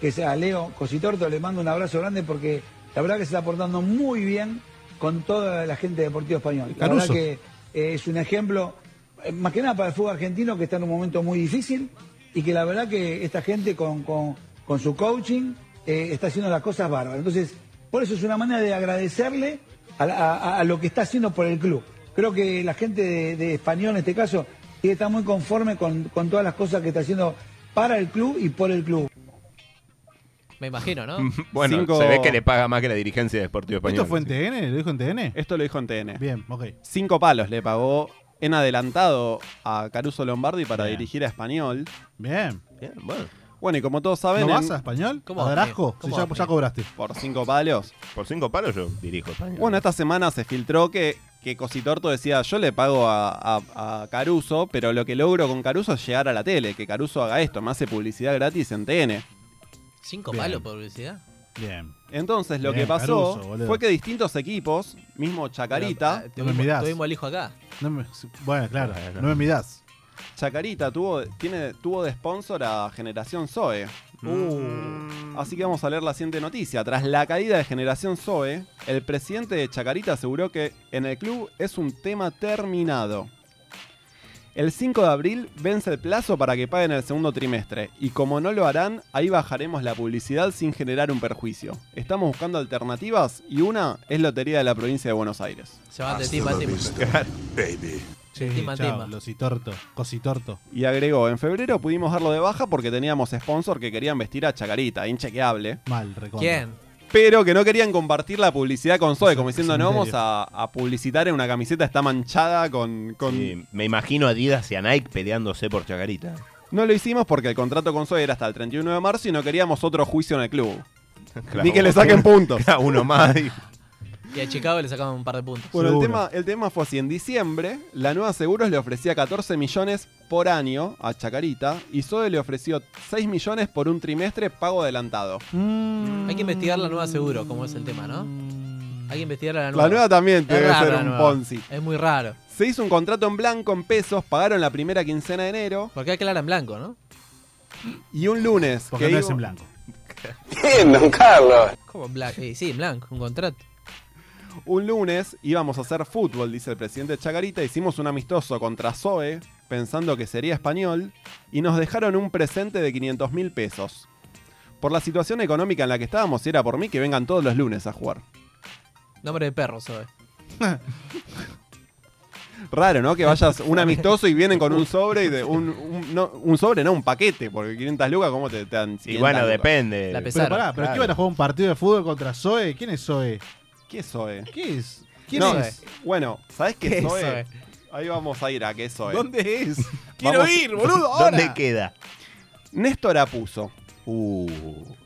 Speaker 7: que es a Leo Cositorto, le mando un abrazo grande porque la verdad que se está portando muy bien con toda la gente de Deportivo Español. La verdad
Speaker 20: Caruso.
Speaker 7: que eh, es un ejemplo, eh, más que nada para el fútbol argentino, que está en un momento muy difícil y que la verdad que esta gente con, con- con su coaching eh, está haciendo las cosas bárbaras. Entonces, por eso es una manera de agradecerle a, la- a- a lo que está haciendo por el club. Creo que la gente de, de Español, en este caso, tiene que estar muy conforme con, con todas las cosas que está haciendo para el club y por el club.
Speaker 11: Me imagino,
Speaker 10: [laughs]
Speaker 11: ¿no?
Speaker 12: [laughs] Bueno,
Speaker 10: Cinco-
Speaker 12: se ve que le paga más que la dirigencia de Deportivo Español.
Speaker 2: ¿Esto fue en TN? ¿Lo dijo en TN?
Speaker 10: Esto lo dijo en TN.
Speaker 2: Bien, ok.
Speaker 10: Cinco palos le pagó en adelantado a Caruso Lombardi para dirigir a Español.
Speaker 2: Bien.
Speaker 12: Bien, bueno.
Speaker 10: Bueno, y como todos saben...
Speaker 2: ¿No
Speaker 10: en-
Speaker 2: vas a español?
Speaker 10: ¿Cómo
Speaker 2: ¿A
Speaker 10: vas,
Speaker 2: Darasco?
Speaker 10: Miguel?
Speaker 2: Si
Speaker 10: ¿Cómo
Speaker 2: ya,
Speaker 10: vas,
Speaker 2: ya cobraste.
Speaker 10: ¿Por cinco palos?
Speaker 12: Por cinco palos yo dirijo Español.
Speaker 10: Bueno, esta semana se filtró que, que Cositorto decía, yo le pago a, a- a Caruso, pero lo que logro con Caruso es llegar a la tele, que Caruso haga esto, me hace publicidad gratis en TN.
Speaker 11: ¿Cinco
Speaker 10: Bien.
Speaker 11: palos por publicidad?
Speaker 2: Bien.
Speaker 10: Entonces lo
Speaker 2: Bien,
Speaker 10: que pasó
Speaker 2: Caruso, boludo.
Speaker 10: fue que distintos equipos, mismo Chacarita,
Speaker 2: No me mirás.
Speaker 11: eh, Tuvimos al hijo acá.
Speaker 2: No me- bueno, claro. No me mirás.
Speaker 10: Chacarita tuvo, tiene, tuvo de sponsor a Generación Zoe. Así que vamos a leer la siguiente noticia. Tras la caída de Generación Zoe, el presidente de Chacarita aseguró que en el club es un tema terminado. El 5 de abril vence el plazo para que paguen el segundo trimestre y como no lo harán, ahí bajaremos la publicidad sin generar un perjuicio. Estamos buscando alternativas y una es Lotería de la Provincia de Buenos Aires.
Speaker 11: Se van de timba a timba.
Speaker 10: [laughs] Baby.
Speaker 2: Sí,
Speaker 11: timba, timba.
Speaker 2: Cositorto. Cositorto.
Speaker 10: Y agregó, en febrero pudimos darlo de baja porque teníamos sponsor que querían vestir a Chacarita, inchequeable.
Speaker 2: Mal, recontra.
Speaker 11: ¿Quién?
Speaker 10: Pero que no querían compartir la publicidad con Zoe, como diciendo, no vamos
Speaker 12: cementerio.
Speaker 10: a, a publicitar en una camiseta, está manchada con... con-
Speaker 12: Sí, me imagino a Adidas y a Nike peleándose por Chacarita.
Speaker 10: No lo hicimos porque el contrato con Zoe era hasta el 31 de marzo y no queríamos otro juicio en el club.
Speaker 12: [laughs] Claro.
Speaker 10: Ni que le
Speaker 12: [laughs]
Speaker 10: saquen puntos.
Speaker 12: Claro, uno más. y-
Speaker 11: Y a Chicago le sacaban un par de puntos.
Speaker 10: Bueno, el tema, el tema fue así. En diciembre, la nueva Seguros le ofrecía 14 millones por año a Chacarita y Zoe le ofreció 6 millones por un trimestre pago adelantado.
Speaker 11: Mm, Hay que investigar la nueva seguro, como es el tema, ¿no? Hay que investigar a la nueva.
Speaker 10: Mm. La nueva también
Speaker 11: Es
Speaker 10: debe
Speaker 11: raro
Speaker 10: ser
Speaker 11: la
Speaker 10: un
Speaker 11: nueva. Eh,
Speaker 10: Ponzi.
Speaker 11: Es muy raro.
Speaker 10: Se hizo un contrato en blanco en pesos, pagaron la primera quincena de enero
Speaker 11: Porque aclara en blanco, ¿no?
Speaker 10: y un lunes.
Speaker 11: Porque
Speaker 10: que
Speaker 11: no
Speaker 10: iba-
Speaker 11: es en
Speaker 2: blanco.
Speaker 10: Bien, don Carlos.
Speaker 11: Como en blanco. Eh, sí, en blanco, un contrato.
Speaker 10: Un lunes íbamos a hacer fútbol, dice el presidente Chacarita. Hicimos un amistoso contra Zoe pensando que sería español y nos dejaron un presente de 500 mil pesos. Por la situación económica en la que estábamos, era por mí que vengan todos los lunes a jugar.
Speaker 11: Nombre de perro, soy.
Speaker 10: Raro, ¿no? Que vayas un amistoso y vienen con un sobre y de un, un- no, un sobre, no, un paquete, porque 500 lucas, ¿cómo te, te dan? 500
Speaker 12: bueno,
Speaker 10: lucas?
Speaker 12: depende. La
Speaker 2: Pero pará, ¿pero qué van a jugar un partido de fútbol contra Zoe? ¿Quién es Zoe?
Speaker 10: ¿Qué es Zoe?
Speaker 2: ¿Qué es? ¿Quién
Speaker 10: No,
Speaker 2: es?
Speaker 10: Bueno, ¿sabes qué,
Speaker 2: ¿Qué
Speaker 10: es
Speaker 2: es
Speaker 10: Zoe?
Speaker 2: Zoe?
Speaker 10: Ahí vamos a ir a qué es Zoe. [laughs]
Speaker 2: ¿Dónde es? Quiero ir, boludo, ahora.
Speaker 12: ¿Dónde queda?
Speaker 10: Néstor Apuso.
Speaker 12: Uh.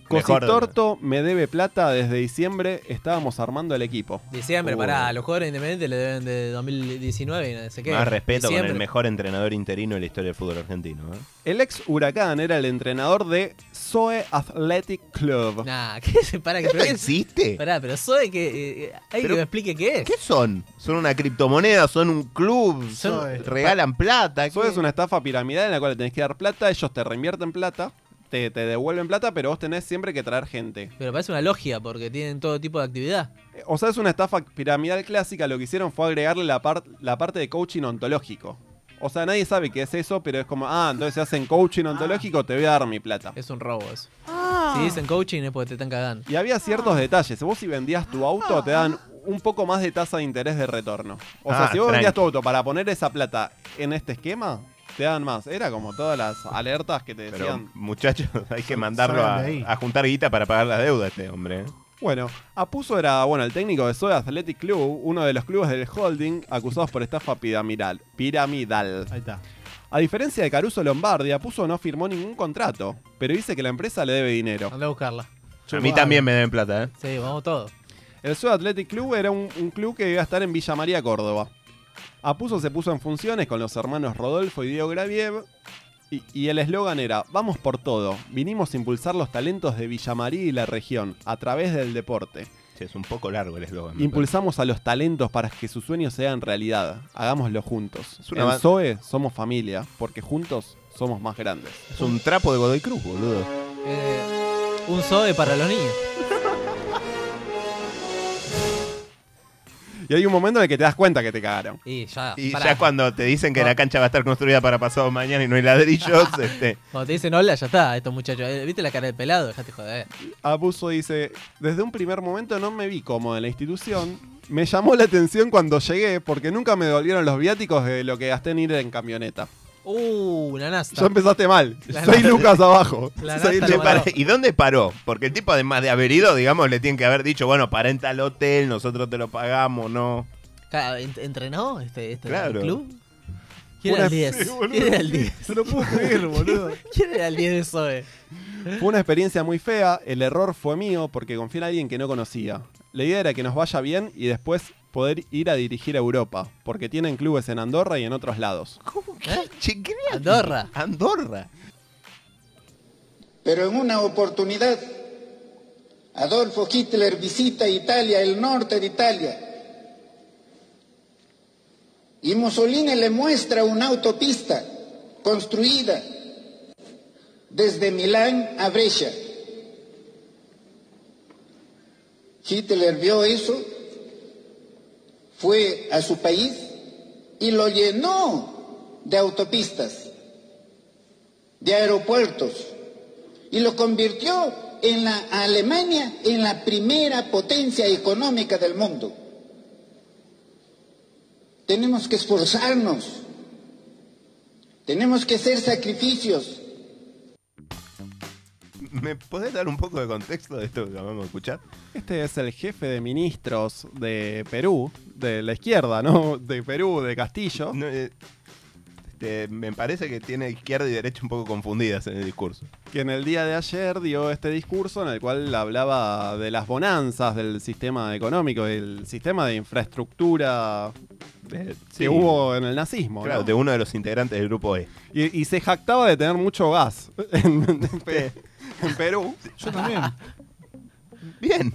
Speaker 12: mejor-
Speaker 10: Cositorto me debe plata desde diciembre. Estábamos armando el equipo.
Speaker 11: Diciembre,
Speaker 12: Oh.
Speaker 10: Uh.
Speaker 11: pará, los jugadores independientes le deben de 2019 y no sé qué.
Speaker 12: Más respeto con el
Speaker 11: Diciembre.
Speaker 12: mejor entrenador interino de la historia del fútbol argentino. ¿eh?
Speaker 10: El ex Huracán era el entrenador de Zoe Athletic Club.
Speaker 11: Nah, [laughs] ¿qué se para que pero es-
Speaker 12: existe?
Speaker 11: Pará, pero Zoe que. eh, hay que
Speaker 12: Pero-
Speaker 11: me explique qué es.
Speaker 12: ¿Qué son? ¿Son una criptomoneda? ¿Son un club? ¿Son-
Speaker 10: este
Speaker 12: ¿Regalan plata?
Speaker 10: Zoe es una estafa piramidal en la cual le tenés que dar plata, ellos te reinvierten plata, te, te devuelven plata, pero vos tenés siempre que traer gente. Eh,
Speaker 11: Pero parece una logia porque tienen todo tipo de actividad.
Speaker 10: O sea, es una estafa piramidal clásica. Lo que hicieron fue agregarle la, par- la parte de coaching ontológico. O sea, nadie sabe qué es eso, pero es como, ah, entonces si hacen coaching ontológico, te voy a dar mi plata.
Speaker 11: Ah. Es un robo eso. Si dicen coaching es porque te están cagando.
Speaker 10: Y había
Speaker 11: Ah.
Speaker 10: ciertos detalles. Vos si vendías tu auto, te dan un poco más de tasa de interés de retorno. O sea,
Speaker 12: Ah,
Speaker 10: si vos vendías
Speaker 12: tranqui.
Speaker 10: tu auto para poner esa plata en este esquema, te dan más. Era como todas las alertas que te
Speaker 12: Pero,
Speaker 10: decían.
Speaker 12: muchachos, [laughs] hay que mandarlo
Speaker 10: salgan
Speaker 12: a,
Speaker 10: de ahí.
Speaker 12: a juntar guita para pagar la deuda a este hombre. ¿eh?
Speaker 10: Bueno, Apuso era, bueno, el técnico de Soy Athletic Club, uno de los clubes del holding acusados por estafa piramidal. Piramidal.
Speaker 2: Ahí está.
Speaker 10: A diferencia de Caruso Lombardi, Apuso no firmó ningún contrato, pero dice que la empresa le debe dinero.
Speaker 11: Andá a buscarla.
Speaker 12: A mí también me deben plata, ¿eh?
Speaker 11: Sí, vamos todos.
Speaker 10: El Sud Athletic Club era un, un club que iba a estar en Villa María, Córdoba. Apuso se puso en funciones con los hermanos Rodolfo y Diego Graviev y, y el eslogan era, vamos por todo, vinimos a impulsar los talentos de Villa María y la región a través del deporte.
Speaker 12: Sí, es un poco largo el eslogan. me
Speaker 10: Impulsamos a los talentos para que sus sueños sean realidad. Hagámoslo juntos.
Speaker 12: una
Speaker 10: en
Speaker 12: ban-
Speaker 10: Zoe somos familia, porque juntos somos más grandes.
Speaker 12: parece. Es un trapo de Godoy Cruz, boludo.
Speaker 11: Eh, Un Zoe para los niños.
Speaker 10: Y hay un momento en el que te das cuenta que te cagaron.
Speaker 11: Y ya.
Speaker 12: Y
Speaker 11: pará.
Speaker 12: ya cuando te dicen que la cancha va a estar construida para pasado mañana y no hay ladrillos, este,
Speaker 11: Cuando te dicen hola, ya está, estos muchachos. Eh, ¿Viste la cara de pelado? Dejate joder.
Speaker 10: Abuso dice, desde un primer momento no me vi cómodo en la institución. Me llamó la atención cuando llegué porque nunca me devolvieron los viáticos de lo que gasté en ir en camioneta.
Speaker 11: Uh, la nasta.
Speaker 10: Ya empezaste mal.
Speaker 11: La
Speaker 10: Seis
Speaker 11: nata-
Speaker 10: lucas abajo.
Speaker 11: La
Speaker 10: Seis
Speaker 11: nata
Speaker 10: lucas.
Speaker 12: Le paró. ¿Y dónde paró? Porque el tipo, además de haber ido, digamos, le tienen que haber dicho, bueno, pará en tal hotel, nosotros te lo pagamos, ¿no?
Speaker 11: Ca- ent- ¿Entrenó este, este
Speaker 12: Claro.
Speaker 11: club? ¿Quién era
Speaker 10: Una-
Speaker 11: el 10?
Speaker 10: Sí, boludo,
Speaker 11: ¿Quién era el 10?
Speaker 2: No lo puedo
Speaker 11: [laughs]
Speaker 2: creer, boludo.
Speaker 11: ¿Quién era el 10 de Zoe?
Speaker 10: Fue una experiencia muy fea. El error fue mío porque confié en alguien que no conocía. La idea era que nos vaya bien y después poder ir a dirigir a Europa, porque tienen clubes en Andorra y en otros lados.
Speaker 11: Andorra.
Speaker 12: Andorra.
Speaker 20: Pero en una oportunidad, Adolfo Hitler visita Italia, el norte de Italia, y Mussolini le muestra una autopista construida desde Milán a Brescia. Hitler vio eso, fue a su país y lo llenó de autopistas, de aeropuertos, y lo convirtió en la a Alemania en la primera potencia económica del mundo. Tenemos que esforzarnos, tenemos que hacer sacrificios.
Speaker 12: ¿Me podés dar un poco de contexto de esto que acabamos de escuchar?
Speaker 10: Este es el jefe de ministros de Perú, de la izquierda, ¿no? De Perú, de Castillo.
Speaker 12: No, eh, este, me parece que tiene izquierda y derecha un poco confundidas en el discurso.
Speaker 10: que en el día de ayer dio este discurso en el cual hablaba de las bonanzas del sistema económico, del sistema de infraestructura de-
Speaker 12: Sí.
Speaker 10: que hubo en el nazismo.
Speaker 12: Claro,
Speaker 10: ¿no?
Speaker 12: de uno de los integrantes del grupo E.
Speaker 10: y, [laughs] y se jactaba de tener
Speaker 12: [laughs]
Speaker 10: mucho gas Este, en, en Pe- en Perú.
Speaker 2: Yo también.
Speaker 12: Bien.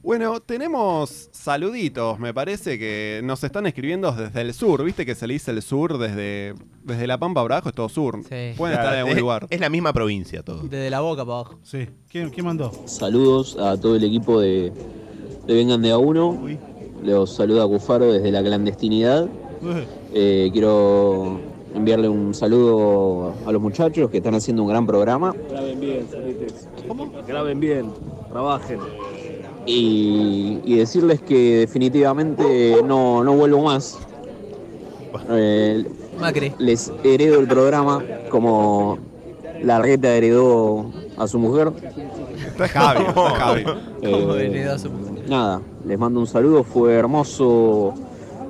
Speaker 10: Bueno, tenemos saluditos, me parece que nos están escribiendo desde el sur. Viste que se le dice el sur desde, desde La Pampa para abajo, es todo sur. Pueden estar en algún
Speaker 12: es,
Speaker 10: lugar.
Speaker 12: es la misma provincia todo.
Speaker 11: Desde la boca para abajo.
Speaker 2: Sí. ¿Quién, quién mandó?
Speaker 1: Saludos a todo el equipo de, de Vengan de a uno. Los saluda Cufaro desde la clandestinidad. Eh, quiero enviarle un saludo a los muchachos que están haciendo un gran programa.
Speaker 4: Graben bien, Cerrites. ¿Cómo? Graben bien, trabajen.
Speaker 1: y, y decirles que definitivamente no, no vuelvo más. Eh, Les heredo el programa como la reta heredó a su mujer.
Speaker 10: Está Javi,
Speaker 11: [laughs]
Speaker 10: está Javi.
Speaker 11: ¿Cómo
Speaker 1: Eh,
Speaker 11: heredó a su mujer?
Speaker 1: Nada, les mando un saludo, fue hermoso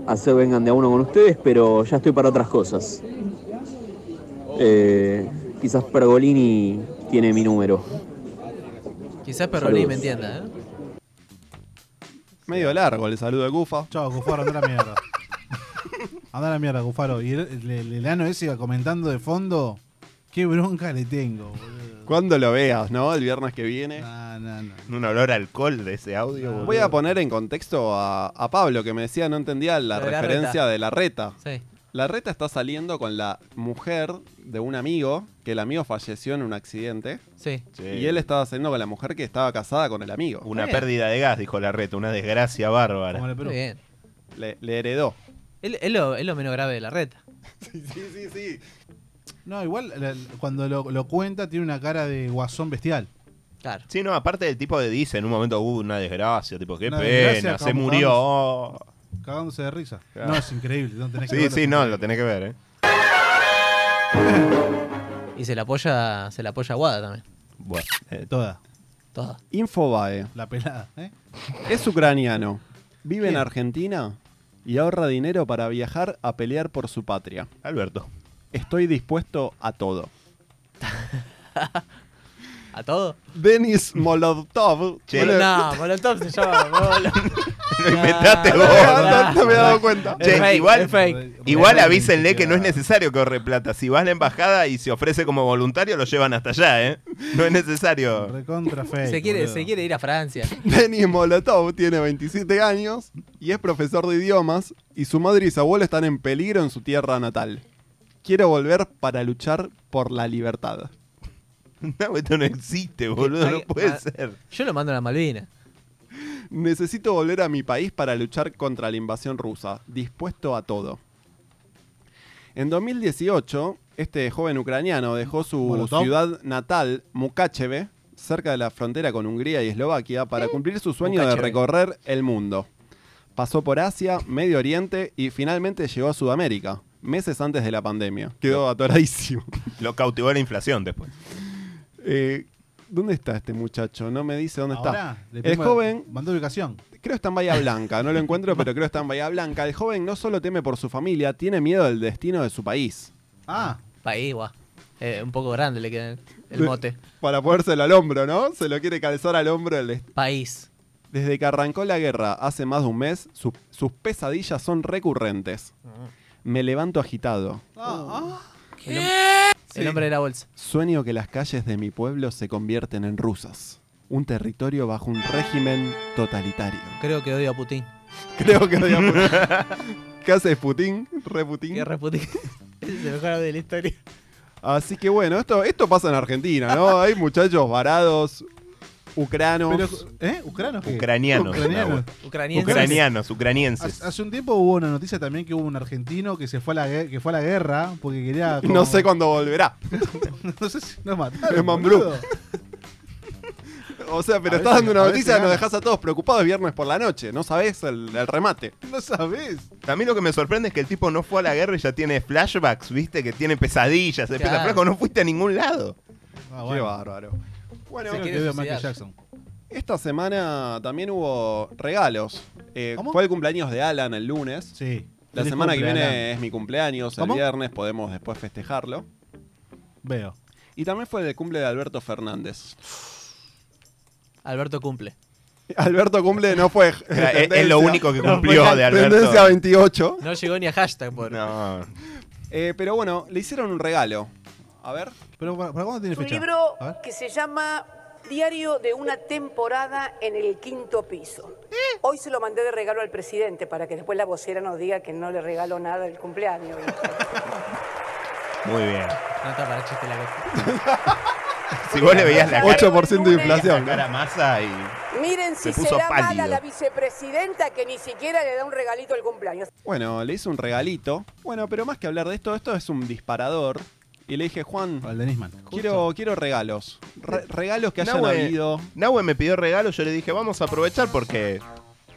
Speaker 1: hacer vengan de a uno con ustedes, pero ya estoy para otras cosas. Eh, quizás Pergolini tiene mi número.
Speaker 11: Quizás Perrolí
Speaker 1: Saludos.
Speaker 11: me entienda, ¿eh?
Speaker 10: Medio largo el saludo de Cufa.
Speaker 2: Chao, Cufaro, anda a la mierda. Anda a la mierda, Cufaro. Y el, el- el enano ese iba comentando de fondo. Qué bronca le tengo, boludo.
Speaker 10: Cuando lo veas, ¿no? El viernes que viene.
Speaker 12: Un olor a alcohol de ese audio. boludo.
Speaker 10: Voy a poner en contexto a, a Pablo, que me decía, no entendía la
Speaker 12: Lo de la
Speaker 10: referencia
Speaker 12: reta.
Speaker 10: de la reta.
Speaker 12: Sí.
Speaker 10: La reta está saliendo con la mujer de un amigo, que el amigo falleció en un accidente.
Speaker 11: Sí.
Speaker 10: Y él estaba saliendo con la mujer que estaba casada con el amigo.
Speaker 12: Una pérdida de gas, dijo la reta, una desgracia bárbara.
Speaker 10: Como en el Perú.
Speaker 11: Muy bien.
Speaker 10: Le, le heredó.
Speaker 11: Él, él lo, es lo menos grave de la reta.
Speaker 10: Sí, sí, sí.
Speaker 2: No, igual la- cuando lo, lo cuenta tiene una cara de guasón bestial.
Speaker 11: Claro.
Speaker 12: Sí, no, aparte del tipo de dice en un momento, uh, una desgracia, tipo, qué
Speaker 2: Una desgracia,
Speaker 12: pena, se
Speaker 2: como
Speaker 12: murió.
Speaker 2: Cagándose de risa.
Speaker 10: Ah.
Speaker 12: Claro.
Speaker 2: No, es increíble. No tenés que
Speaker 12: sí,
Speaker 2: verlo.
Speaker 12: sí, no, lo tenés que ver, ¿eh?
Speaker 11: [laughs] Y se la apoya, se la apoya a Guada también.
Speaker 12: Bueno, eh,
Speaker 2: Toda.
Speaker 11: Toda.
Speaker 10: Infobae.
Speaker 2: La pelada, ¿eh?
Speaker 10: Es ucraniano. Vive en
Speaker 2: Bien.
Speaker 10: Argentina y ahorra dinero para viajar a pelear por su patria.
Speaker 12: Alberto.
Speaker 10: Estoy dispuesto a todo.
Speaker 11: ¿A todo?
Speaker 10: Denis Molotov.
Speaker 12: Che.
Speaker 10: Boludo.
Speaker 11: No,
Speaker 10: [laughs]
Speaker 11: Molotov se llama.
Speaker 12: Lo inventaste vos.
Speaker 10: Ah, No, no me he dado
Speaker 11: cuenta.
Speaker 12: Che,
Speaker 11: Es fake,
Speaker 12: igual,
Speaker 11: es fake.
Speaker 12: igual avísenle que no es necesario que ahorre plata. Si vas a la embajada y se ofrece como voluntario, lo llevan hasta allá, ¿eh? No es necesario.
Speaker 2: Recontra fake.
Speaker 11: Se quiere,
Speaker 2: boludo.
Speaker 11: se quiere ir a Francia.
Speaker 10: [laughs] Denis Molotov tiene 27 años y es profesor de idiomas y su madre y su abuelo están en peligro en su tierra natal. Quiero volver para luchar por la libertad.
Speaker 12: No, esto no existe, boludo, no
Speaker 11: Hay-
Speaker 12: puede
Speaker 11: ma-
Speaker 12: ser.
Speaker 11: Yo lo mando a la Malvina.
Speaker 10: Necesito volver a mi país para luchar contra la invasión rusa, dispuesto a todo. En 2018, este joven ucraniano dejó su
Speaker 2: Molotov.
Speaker 10: ciudad natal, Mukacheve, cerca de la frontera con Hungría y Eslovaquia, para cumplir su sueño de
Speaker 11: Mukacheve.
Speaker 10: recorrer el mundo. Pasó por Asia, Medio Oriente y finalmente llegó a Sudamérica, meses antes de la
Speaker 2: [laughs]
Speaker 10: pandemia. Quedó atoradísimo.
Speaker 12: Lo cautivó la inflación después.
Speaker 10: Eh, ¿Dónde está este muchacho? No me dice dónde
Speaker 2: Ahora, le
Speaker 10: está. El
Speaker 2: pedimos-
Speaker 10: joven
Speaker 2: Mandó ubicación.
Speaker 10: Creo está en Bahía Blanca, no lo
Speaker 2: [laughs]
Speaker 10: encuentro, pero creo está en Bahía Blanca. El joven no solo teme por su familia, tiene miedo del destino de su país.
Speaker 2: Ah.
Speaker 11: País, guau. Eh, un poco grande le queda el- el
Speaker 10: De-
Speaker 11: mote.
Speaker 10: Para ponérselo al hombro, ¿no? Se lo quiere calzar al hombro el destino.
Speaker 11: País.
Speaker 10: Desde que arrancó la guerra hace más de un mes, sus- sus pesadillas son recurrentes. Me levanto agitado.
Speaker 11: Ah. El hombre de la bolsa.
Speaker 10: Sueño que las calles de mi pueblo se convierten en rusas. Un territorio bajo un régimen totalitario. [laughs]
Speaker 11: Creo que odio a Putin.
Speaker 10: Creo que no digamos-
Speaker 11: [laughs]
Speaker 10: ¿Qué haces, Putin? Re Putin.
Speaker 11: Guerra de Putin. Ese es el mejor audio de la historia.
Speaker 10: Así que bueno, esto, esto pasa en Argentina, ¿no? Hay muchachos varados, ucranos.
Speaker 2: Pero, ¿Eh? ¿Ucranos? qué?
Speaker 12: Ucranianos.
Speaker 2: Ucranianos.
Speaker 11: Ucranienses.
Speaker 12: Ucranianos,
Speaker 2: Hace,
Speaker 12: ucranienses.
Speaker 2: hace un tiempo hubo una noticia también que hubo un argentino que se fue a la, gue- que fue a la guerra porque quería.
Speaker 10: [laughs]
Speaker 2: como-
Speaker 10: No sé cuándo volverá.
Speaker 2: no sé si nos mataron.
Speaker 10: Es Mambrú.
Speaker 2: boludo.
Speaker 10: O sea, pero
Speaker 2: A
Speaker 10: estás
Speaker 2: veces-
Speaker 10: dando una
Speaker 2: a veces
Speaker 10: noticia que nos
Speaker 2: gana.
Speaker 10: dejas a todos preocupados viernes por la noche. No sabés el, el remate.
Speaker 2: No sabés.
Speaker 12: A mí lo que me sorprende es que el tipo no fue a la guerra y ya tiene flashbacks, ¿viste? Que tiene pesadillas. Después,
Speaker 11: Claro.
Speaker 12: flaco, no fuiste a ningún lado.
Speaker 2: Ah,
Speaker 10: Qué
Speaker 2: bueno.
Speaker 10: bárbaro. Bueno,
Speaker 11: Se
Speaker 2: Creo
Speaker 11: quiere
Speaker 2: que veo a
Speaker 11: suicidar.
Speaker 2: Michael Jackson.
Speaker 10: esta semana también hubo regalos. Eh,
Speaker 2: ¿Cómo?
Speaker 10: fue el cumpleaños de Alan el lunes.
Speaker 2: Sí.
Speaker 10: La
Speaker 2: Feliz
Speaker 10: semana que
Speaker 2: cumple,
Speaker 10: viene
Speaker 2: Alan.
Speaker 10: es mi cumpleaños.
Speaker 2: ¿Cómo?
Speaker 10: El viernes podemos después festejarlo.
Speaker 2: Veo.
Speaker 10: Y también fue el cumple de Alberto Fernández.
Speaker 11: Alberto cumple.
Speaker 10: Alberto cumple no fue.
Speaker 12: [laughs] Era- es- es lo
Speaker 10: tendencia.
Speaker 12: único que cumplió
Speaker 10: fue
Speaker 12: de Alberto.
Speaker 10: Tendencia 28.
Speaker 11: No llegó ni a hashtag, por.
Speaker 12: No.
Speaker 10: Eh, pero bueno, le hicieron un regalo. A ver.
Speaker 2: Pero ¿para, para cuándo tiene
Speaker 21: Un
Speaker 2: fecha?
Speaker 21: libro
Speaker 2: A ver.
Speaker 21: que se llama Diario de una temporada en el quinto piso.
Speaker 12: ¿Eh?
Speaker 21: Hoy se lo mandé de regalo al presidente para que después la vocera nos diga que no le regaló nada el
Speaker 12: [laughs]
Speaker 21: cumpleaños.
Speaker 12: Muy bien.
Speaker 11: No está para chiste la cosa.
Speaker 12: [laughs] Si vos le veías la cara.
Speaker 10: 8% de inflación,
Speaker 12: La cara a masa y.
Speaker 21: Miren si
Speaker 12: Se puso
Speaker 21: será mala
Speaker 12: pálido.
Speaker 21: la vicepresidenta que ni siquiera le da un regalito al cumpleaños.
Speaker 10: Bueno, le hice un regalito. Bueno, pero más que hablar de esto, esto es un disparador. Y le dije, Juan, quiero, quiero regalos. Re- regalos que hayan
Speaker 12: Nahue-
Speaker 10: habido.
Speaker 12: Nahue me pidió regalos, yo le dije, vamos a aprovechar porque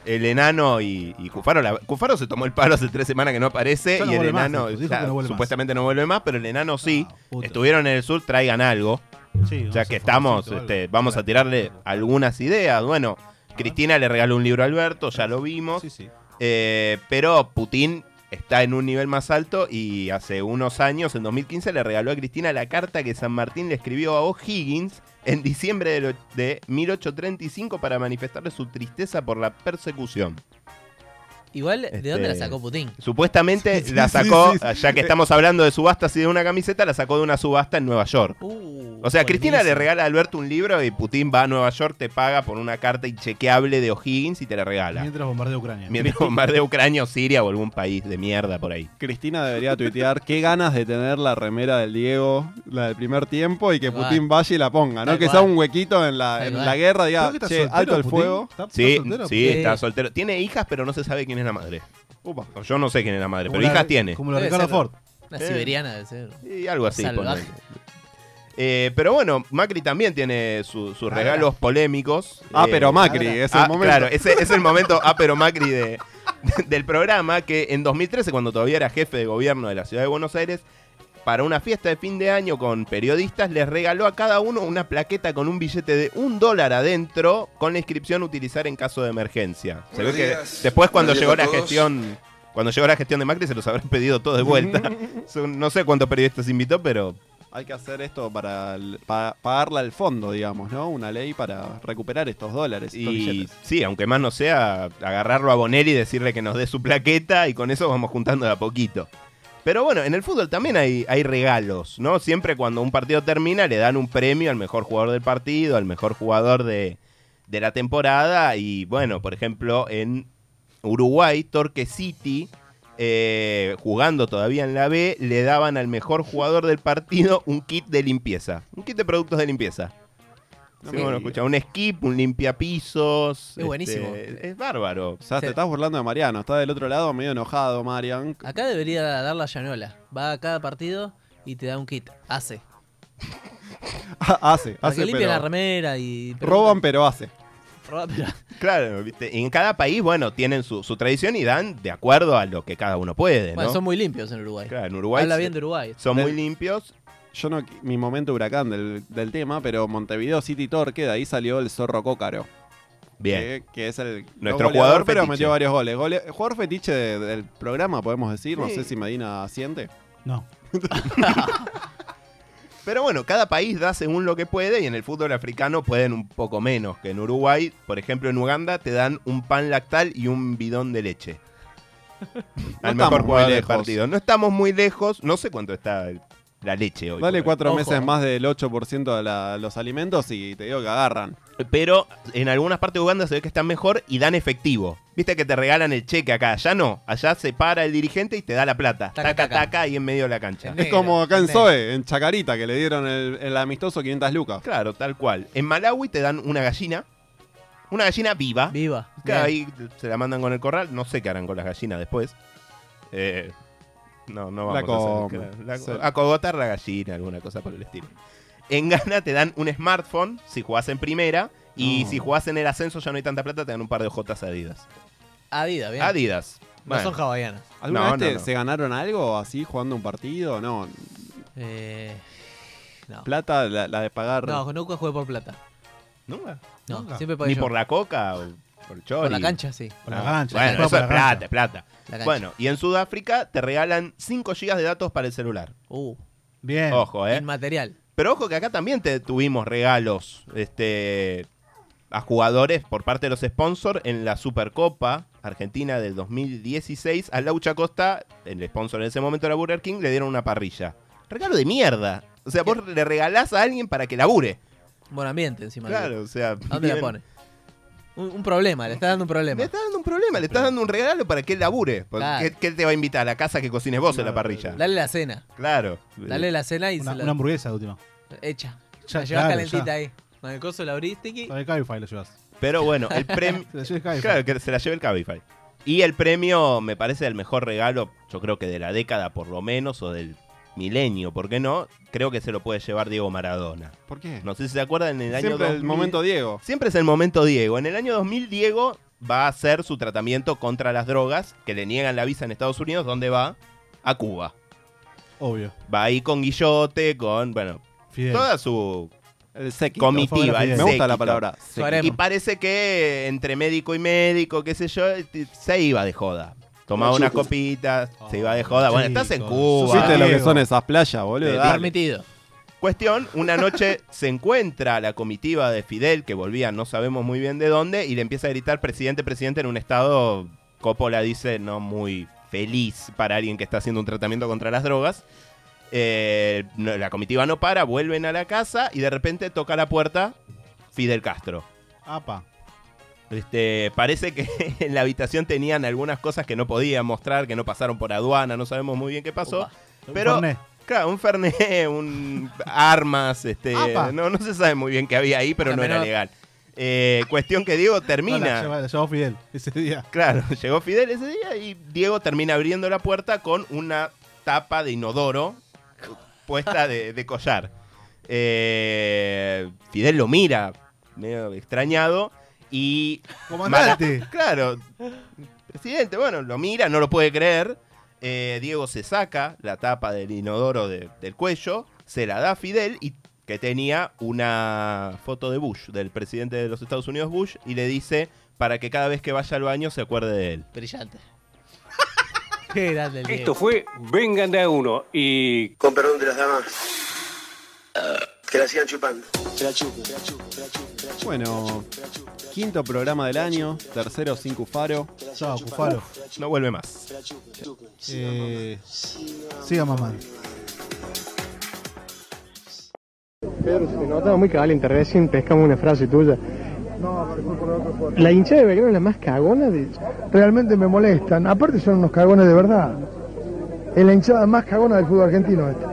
Speaker 12: el enano y, y Cufaro. la- Cufaro se tomó el palo hace tres semanas que no aparece
Speaker 2: Ya no
Speaker 12: y el
Speaker 2: vuelve más,
Speaker 12: enano
Speaker 2: dijo, dijo
Speaker 12: ya,
Speaker 2: que no vuelve más. Ah,
Speaker 12: supuestamente no vuelve más, pero el enano sí. Estuvieron en el sur, traigan algo. ya que estamos, este, vamos a tirarle algunas ideas. Bueno, Cristina le regaló un libro a Alberto, ya lo vimos. Eh, pero Putin está en un nivel más alto y hace unos años, en 2015, le regaló a Cristina la carta que San Martín le escribió a O'Higgins en diciembre de, lo- de 1835 para manifestarle su tristeza por la persecución.
Speaker 11: Igual,
Speaker 12: Este,
Speaker 11: ¿de dónde la sacó Putin?
Speaker 12: Supuestamente
Speaker 11: Sí,
Speaker 12: la
Speaker 11: sí,
Speaker 12: sacó,
Speaker 11: sí, sí.
Speaker 12: ya que estamos hablando de subastas y de una camiseta, la sacó de una subasta en Nueva York. o sea, Cristina le regala a Alberto un libro y Putin va a Nueva York, te paga por una carta inchequeable de O'Higgins y te la regala.
Speaker 2: Mientras bombardea Ucrania.
Speaker 12: Mientras bombardea Ucrania o Siria o algún país de mierda por ahí.
Speaker 10: Cristina debería tuitear qué ganas de tener la remera del Diego, la del primer tiempo, y que
Speaker 12: Tal
Speaker 10: Putin vaya y la ponga, ¿no?
Speaker 12: Tal
Speaker 10: que
Speaker 12: cual.
Speaker 10: sea un huequito en la,
Speaker 12: Tal
Speaker 10: Ah, en
Speaker 12: cual.
Speaker 10: la guerra, diga,
Speaker 12: Creo que está
Speaker 10: che,
Speaker 12: soltero,
Speaker 10: alto el
Speaker 12: Putin.
Speaker 10: fuego.
Speaker 12: Sí,
Speaker 10: soltero,
Speaker 12: sí,
Speaker 10: Putin?
Speaker 12: está
Speaker 10: Sí.
Speaker 12: soltero. Tiene hijas, pero no se sabe quién es la madre.
Speaker 10: Upa.
Speaker 12: O Yo no sé quién es la madre,
Speaker 10: Como
Speaker 12: pero
Speaker 10: la-
Speaker 12: hijas tiene.
Speaker 10: como la
Speaker 12: Debe
Speaker 10: Ricardo
Speaker 12: ser
Speaker 10: Ford.
Speaker 11: Una
Speaker 12: Eh,
Speaker 11: siberiana de ser.
Speaker 12: Y algo así.
Speaker 11: Salvaje.
Speaker 12: ponele. Eh, pero bueno, Macri también tiene su- sus regalos polémicos.
Speaker 10: Ah,
Speaker 12: Eh,
Speaker 10: pero Macri, es el
Speaker 12: ah,
Speaker 10: momento.
Speaker 12: Claro, ese es el momento,
Speaker 10: [laughs]
Speaker 12: ah, pero Macri de- del programa, que en 2013, cuando todavía era jefe de gobierno de la ciudad de Buenos Aires, para una fiesta de fin de año con periodistas, les regaló a cada uno una plaqueta con un billete de un dólar adentro, con la inscripción utilizar en caso de emergencia. Se ve
Speaker 6: Buenos
Speaker 12: que
Speaker 6: días.
Speaker 12: después cuando
Speaker 6: Buenos
Speaker 12: llegó
Speaker 6: días
Speaker 12: la
Speaker 6: a todos.
Speaker 12: gestión... Cuando llegó la gestión de Macri se los habrán pedido todos de vuelta. Son- no sé cuántos periodistas invitó, pero
Speaker 10: Hay que hacer esto para, el- pa- pagarla al fondo, digamos, ¿no? Una ley para recuperar estos dólares. estos
Speaker 12: Y
Speaker 10: billetes.
Speaker 12: sí, aunque más no sea, agarrarlo a Bonelli y decirle que nos dé su plaqueta y con eso vamos juntando de a poquito. Pero bueno, en el fútbol también hay, hay regalos, ¿no? Siempre cuando un partido termina le dan un premio al mejor jugador del partido, al mejor jugador de, de la temporada. Y bueno, por ejemplo, en Uruguay, Torque City, eh, jugando todavía en la B, le daban al mejor jugador del partido un kit de limpieza. Un kit de productos de limpieza.
Speaker 10: No
Speaker 12: Sí,
Speaker 10: me
Speaker 12: bueno,
Speaker 10: digas.
Speaker 12: escucha, un skip, un limpiapisos.
Speaker 10: Es buenísimo.
Speaker 12: Este, es bárbaro.
Speaker 10: O sea, te estás burlando de Mariano, está del otro lado medio enojado, Marian.
Speaker 11: Acá debería dar la llanola. Va a cada partido y te da un kit. Hace.
Speaker 10: hace,
Speaker 11: Para que
Speaker 12: hace,
Speaker 11: limpie
Speaker 12: pero-
Speaker 11: la remera y.
Speaker 10: Roban, pero hace.
Speaker 11: Roban,
Speaker 12: [laughs]
Speaker 11: pero-
Speaker 12: Eh, Claro, ¿viste? en cada país, bueno, tienen su, su tradición y dan de acuerdo a lo que cada uno puede, ¿no?
Speaker 11: Bueno, son muy limpios en Uruguay.
Speaker 12: Claro, en Uruguay
Speaker 11: Habla
Speaker 12: se-
Speaker 11: bien de Uruguay.
Speaker 12: Son
Speaker 10: Del-
Speaker 12: muy limpios.
Speaker 10: Yo no, mi momento huracán del, del tema, pero Montevideo City Torque, de ahí salió el Zorro Cócaro.
Speaker 12: Bien.
Speaker 10: Que, que es el
Speaker 12: Nuestro
Speaker 10: no goleador,
Speaker 12: jugador
Speaker 10: pero
Speaker 12: fetiche.
Speaker 10: metió varios goles. Gole- jugador fetiche de- del programa, podemos decir. No
Speaker 12: Sí.
Speaker 10: sé si Medina siente.
Speaker 2: No.
Speaker 12: Pero bueno, cada país da según lo que puede y en el fútbol africano pueden un poco menos que en Uruguay. Por ejemplo, en Uganda te dan un pan lactal y un bidón de
Speaker 10: [laughs]
Speaker 12: leche. Al
Speaker 10: estamos
Speaker 12: mejor
Speaker 10: muy
Speaker 12: jugador del
Speaker 10: lejos.
Speaker 12: partido. No estamos muy lejos. No sé cuánto está el- la leche hoy.
Speaker 10: Dale
Speaker 12: por
Speaker 10: cuatro
Speaker 12: ahí.
Speaker 10: meses más del 8% de la- los alimentos y te digo que agarran.
Speaker 12: Pero en algunas partes de Uganda se ve que están mejor y dan efectivo. Viste que te regalan el cheque acá. Allá no. Allá se para el dirigente y te da la plata. Taca, taca, y en medio de la cancha.
Speaker 10: Es como acá en Zoe, en Chacarita, que le dieron el, el amistoso 500 lucas.
Speaker 12: Claro, tal cual. En Malawi te dan una gallina. Una gallina viva.
Speaker 11: Viva.
Speaker 12: Que ahí se la mandan con el corral. No sé qué harán con las gallinas después. Eh, no, no
Speaker 10: La
Speaker 12: vamos a hacer-
Speaker 10: comen.
Speaker 12: la-
Speaker 10: Sí.
Speaker 12: acogotar la gallina, alguna cosa por el estilo. En Ghana te dan un smartphone si jugás en primera. Y
Speaker 11: No.
Speaker 12: si jugás en el ascenso ya no hay tanta plata, te dan un par de Jotas Adidas.
Speaker 11: Adidas, bien.
Speaker 12: Adidas.
Speaker 11: No son hawaianas.
Speaker 10: ¿Alguna
Speaker 12: No,
Speaker 10: vez
Speaker 12: no,
Speaker 10: te-
Speaker 12: no.
Speaker 10: se ganaron algo así jugando un partido? No.
Speaker 11: Eh, no.
Speaker 10: Plata, la, la de pagar.
Speaker 11: No, nunca jugué por plata.
Speaker 12: ¿Nunca?
Speaker 11: No,
Speaker 12: Nunca.
Speaker 11: siempre pagué
Speaker 12: Ni
Speaker 11: yo.
Speaker 12: por la coca o por el chori.
Speaker 11: Por la cancha, sí.
Speaker 12: No.
Speaker 11: Por la cancha, sí,
Speaker 12: Bueno,
Speaker 11: juega
Speaker 12: eso
Speaker 11: por
Speaker 12: es
Speaker 11: la cancha.
Speaker 12: plata, es plata.
Speaker 11: La cancha.
Speaker 12: Bueno, y en Sudáfrica te regalan 5 GB de datos para el celular.
Speaker 11: Uh.
Speaker 2: Bien.
Speaker 12: Ojo, eh.
Speaker 11: Inmaterial.
Speaker 12: Pero ojo que acá también te tuvimos regalos este, a jugadores por parte de los sponsors en la Supercopa Argentina del 2016. A Laucha Costa, el sponsor en ese momento era Burger King, le dieron una parrilla. Regalo de mierda. O sea, vos le regalás a alguien para que labure.
Speaker 11: Buen ambiente encima.
Speaker 12: Claro, o sea.
Speaker 11: ¿A dónde la
Speaker 12: bien.
Speaker 11: pone? Un, un problema, le está dando un problema. Le
Speaker 12: está dando un problema, le está dando un regalo para que él labure. Porque
Speaker 11: Claro.
Speaker 12: ¿qué, qué él te va a invitar? ¿A la casa que cocines vos en la parrilla?
Speaker 11: Dale la cena.
Speaker 12: Claro.
Speaker 11: Dale la cena y
Speaker 2: Una,
Speaker 11: se la-
Speaker 2: una hamburguesa de última.
Speaker 11: hecha. la llevas calentita ahí. Con el coso la abrís, tiki.
Speaker 2: Con el Cabify la llevas.
Speaker 12: Pero bueno,
Speaker 11: [laughs]
Speaker 2: [laughs]
Speaker 12: el premio.
Speaker 2: Se la lleva el Cabify.
Speaker 12: Claro, que se la lleve el Cabify. Y el premio me parece el mejor regalo, yo creo que de la década por lo menos, o del milenio, ¿por qué no? Creo que se lo puede llevar Diego Maradona.
Speaker 10: ¿Por qué?
Speaker 12: No sé si se acuerdan en el año
Speaker 10: Siempre el
Speaker 12: 2000.
Speaker 10: momento Diego.
Speaker 12: Siempre es el momento Diego. En el año 2000 Diego va a hacer su tratamiento contra las drogas que le niegan la visa en Estados Unidos. ¿Dónde va? A Cuba.
Speaker 2: Obvio.
Speaker 12: Va ahí con Guillote, con, bueno,
Speaker 2: Fidel.
Speaker 12: toda su
Speaker 10: Fue
Speaker 12: comitiva.
Speaker 10: Fidel.
Speaker 12: el
Speaker 10: Me gusta la
Speaker 12: séquito.
Speaker 10: palabra, Su séquito. harem.
Speaker 12: Y parece que entre médico y médico, qué sé yo, eh, se iba de joda. Tomaba unas
Speaker 10: Chicos.
Speaker 12: copitas, se iba de joda. Bueno, estás en
Speaker 10: Chicos.
Speaker 12: Cuba.
Speaker 10: ¿Viste lo que son esas playas, boludo?
Speaker 12: Te
Speaker 10: Dale.
Speaker 12: permitido. Cuestión, una noche se encuentra la comitiva de Fidel, que volvía no sabemos muy bien de dónde, y le empieza a gritar presidente, presidente en un estado, Coppola dice, no muy feliz para alguien que está haciendo un tratamiento contra las drogas. Eh, no- la comitiva no para, vuelven a la casa y de repente toca la puerta Fidel Castro.
Speaker 2: Apa.
Speaker 12: Este, parece que [laughs] en la habitación tenían algunas cosas que no podían mostrar, que no pasaron por aduana, no sabemos muy bien qué pasó. pero,
Speaker 2: fernet.
Speaker 12: claro, un fernet, un armas, este,
Speaker 2: Apa.
Speaker 12: no, no se sabe muy bien qué había ahí, pero
Speaker 2: Bueno,
Speaker 12: no era
Speaker 2: pero-
Speaker 12: legal. Eh, cuestión que Diego termina.
Speaker 2: No, la lleva- la llevó Fidel ese día.
Speaker 12: Claro, [laughs] llegó Fidel ese día y Diego termina abriendo la puerta con una tapa de inodoro puesta de, de collar. Eh, Fidel lo mira, medio extrañado, y...
Speaker 2: Comandante.
Speaker 12: Mara- claro, presidente, bueno, lo mira, no lo puede creer. Eh, Diego se saca la tapa del inodoro de- del cuello, se la da a Fidel y que tenía una foto de Bush, del presidente de los Estados Unidos Bush, y le dice para que cada vez que vaya al baño se acuerde de él.
Speaker 11: Brillante. Qué grande el
Speaker 3: Esto
Speaker 11: Diego.
Speaker 3: fue Vengan de a uno y. Con perdón de las damas. Que la sigan chupando. Que la chupen, que la chupen, que la chupen, que la chupen.
Speaker 10: Bueno, quinto programa del año, tercero sin Cufaro.
Speaker 2: Chao, Cufaro.
Speaker 12: No vuelve más.
Speaker 2: Eh, siga mamá.
Speaker 6: Pedro, se te nota muy caliente. Recién pescamos una frase tuya.
Speaker 22: La hinchada de Belgrano es la más cagona de...
Speaker 6: Realmente me molestan. Aparte son unos cagones de verdad. Es la hinchada más cagona del fútbol argentino esta.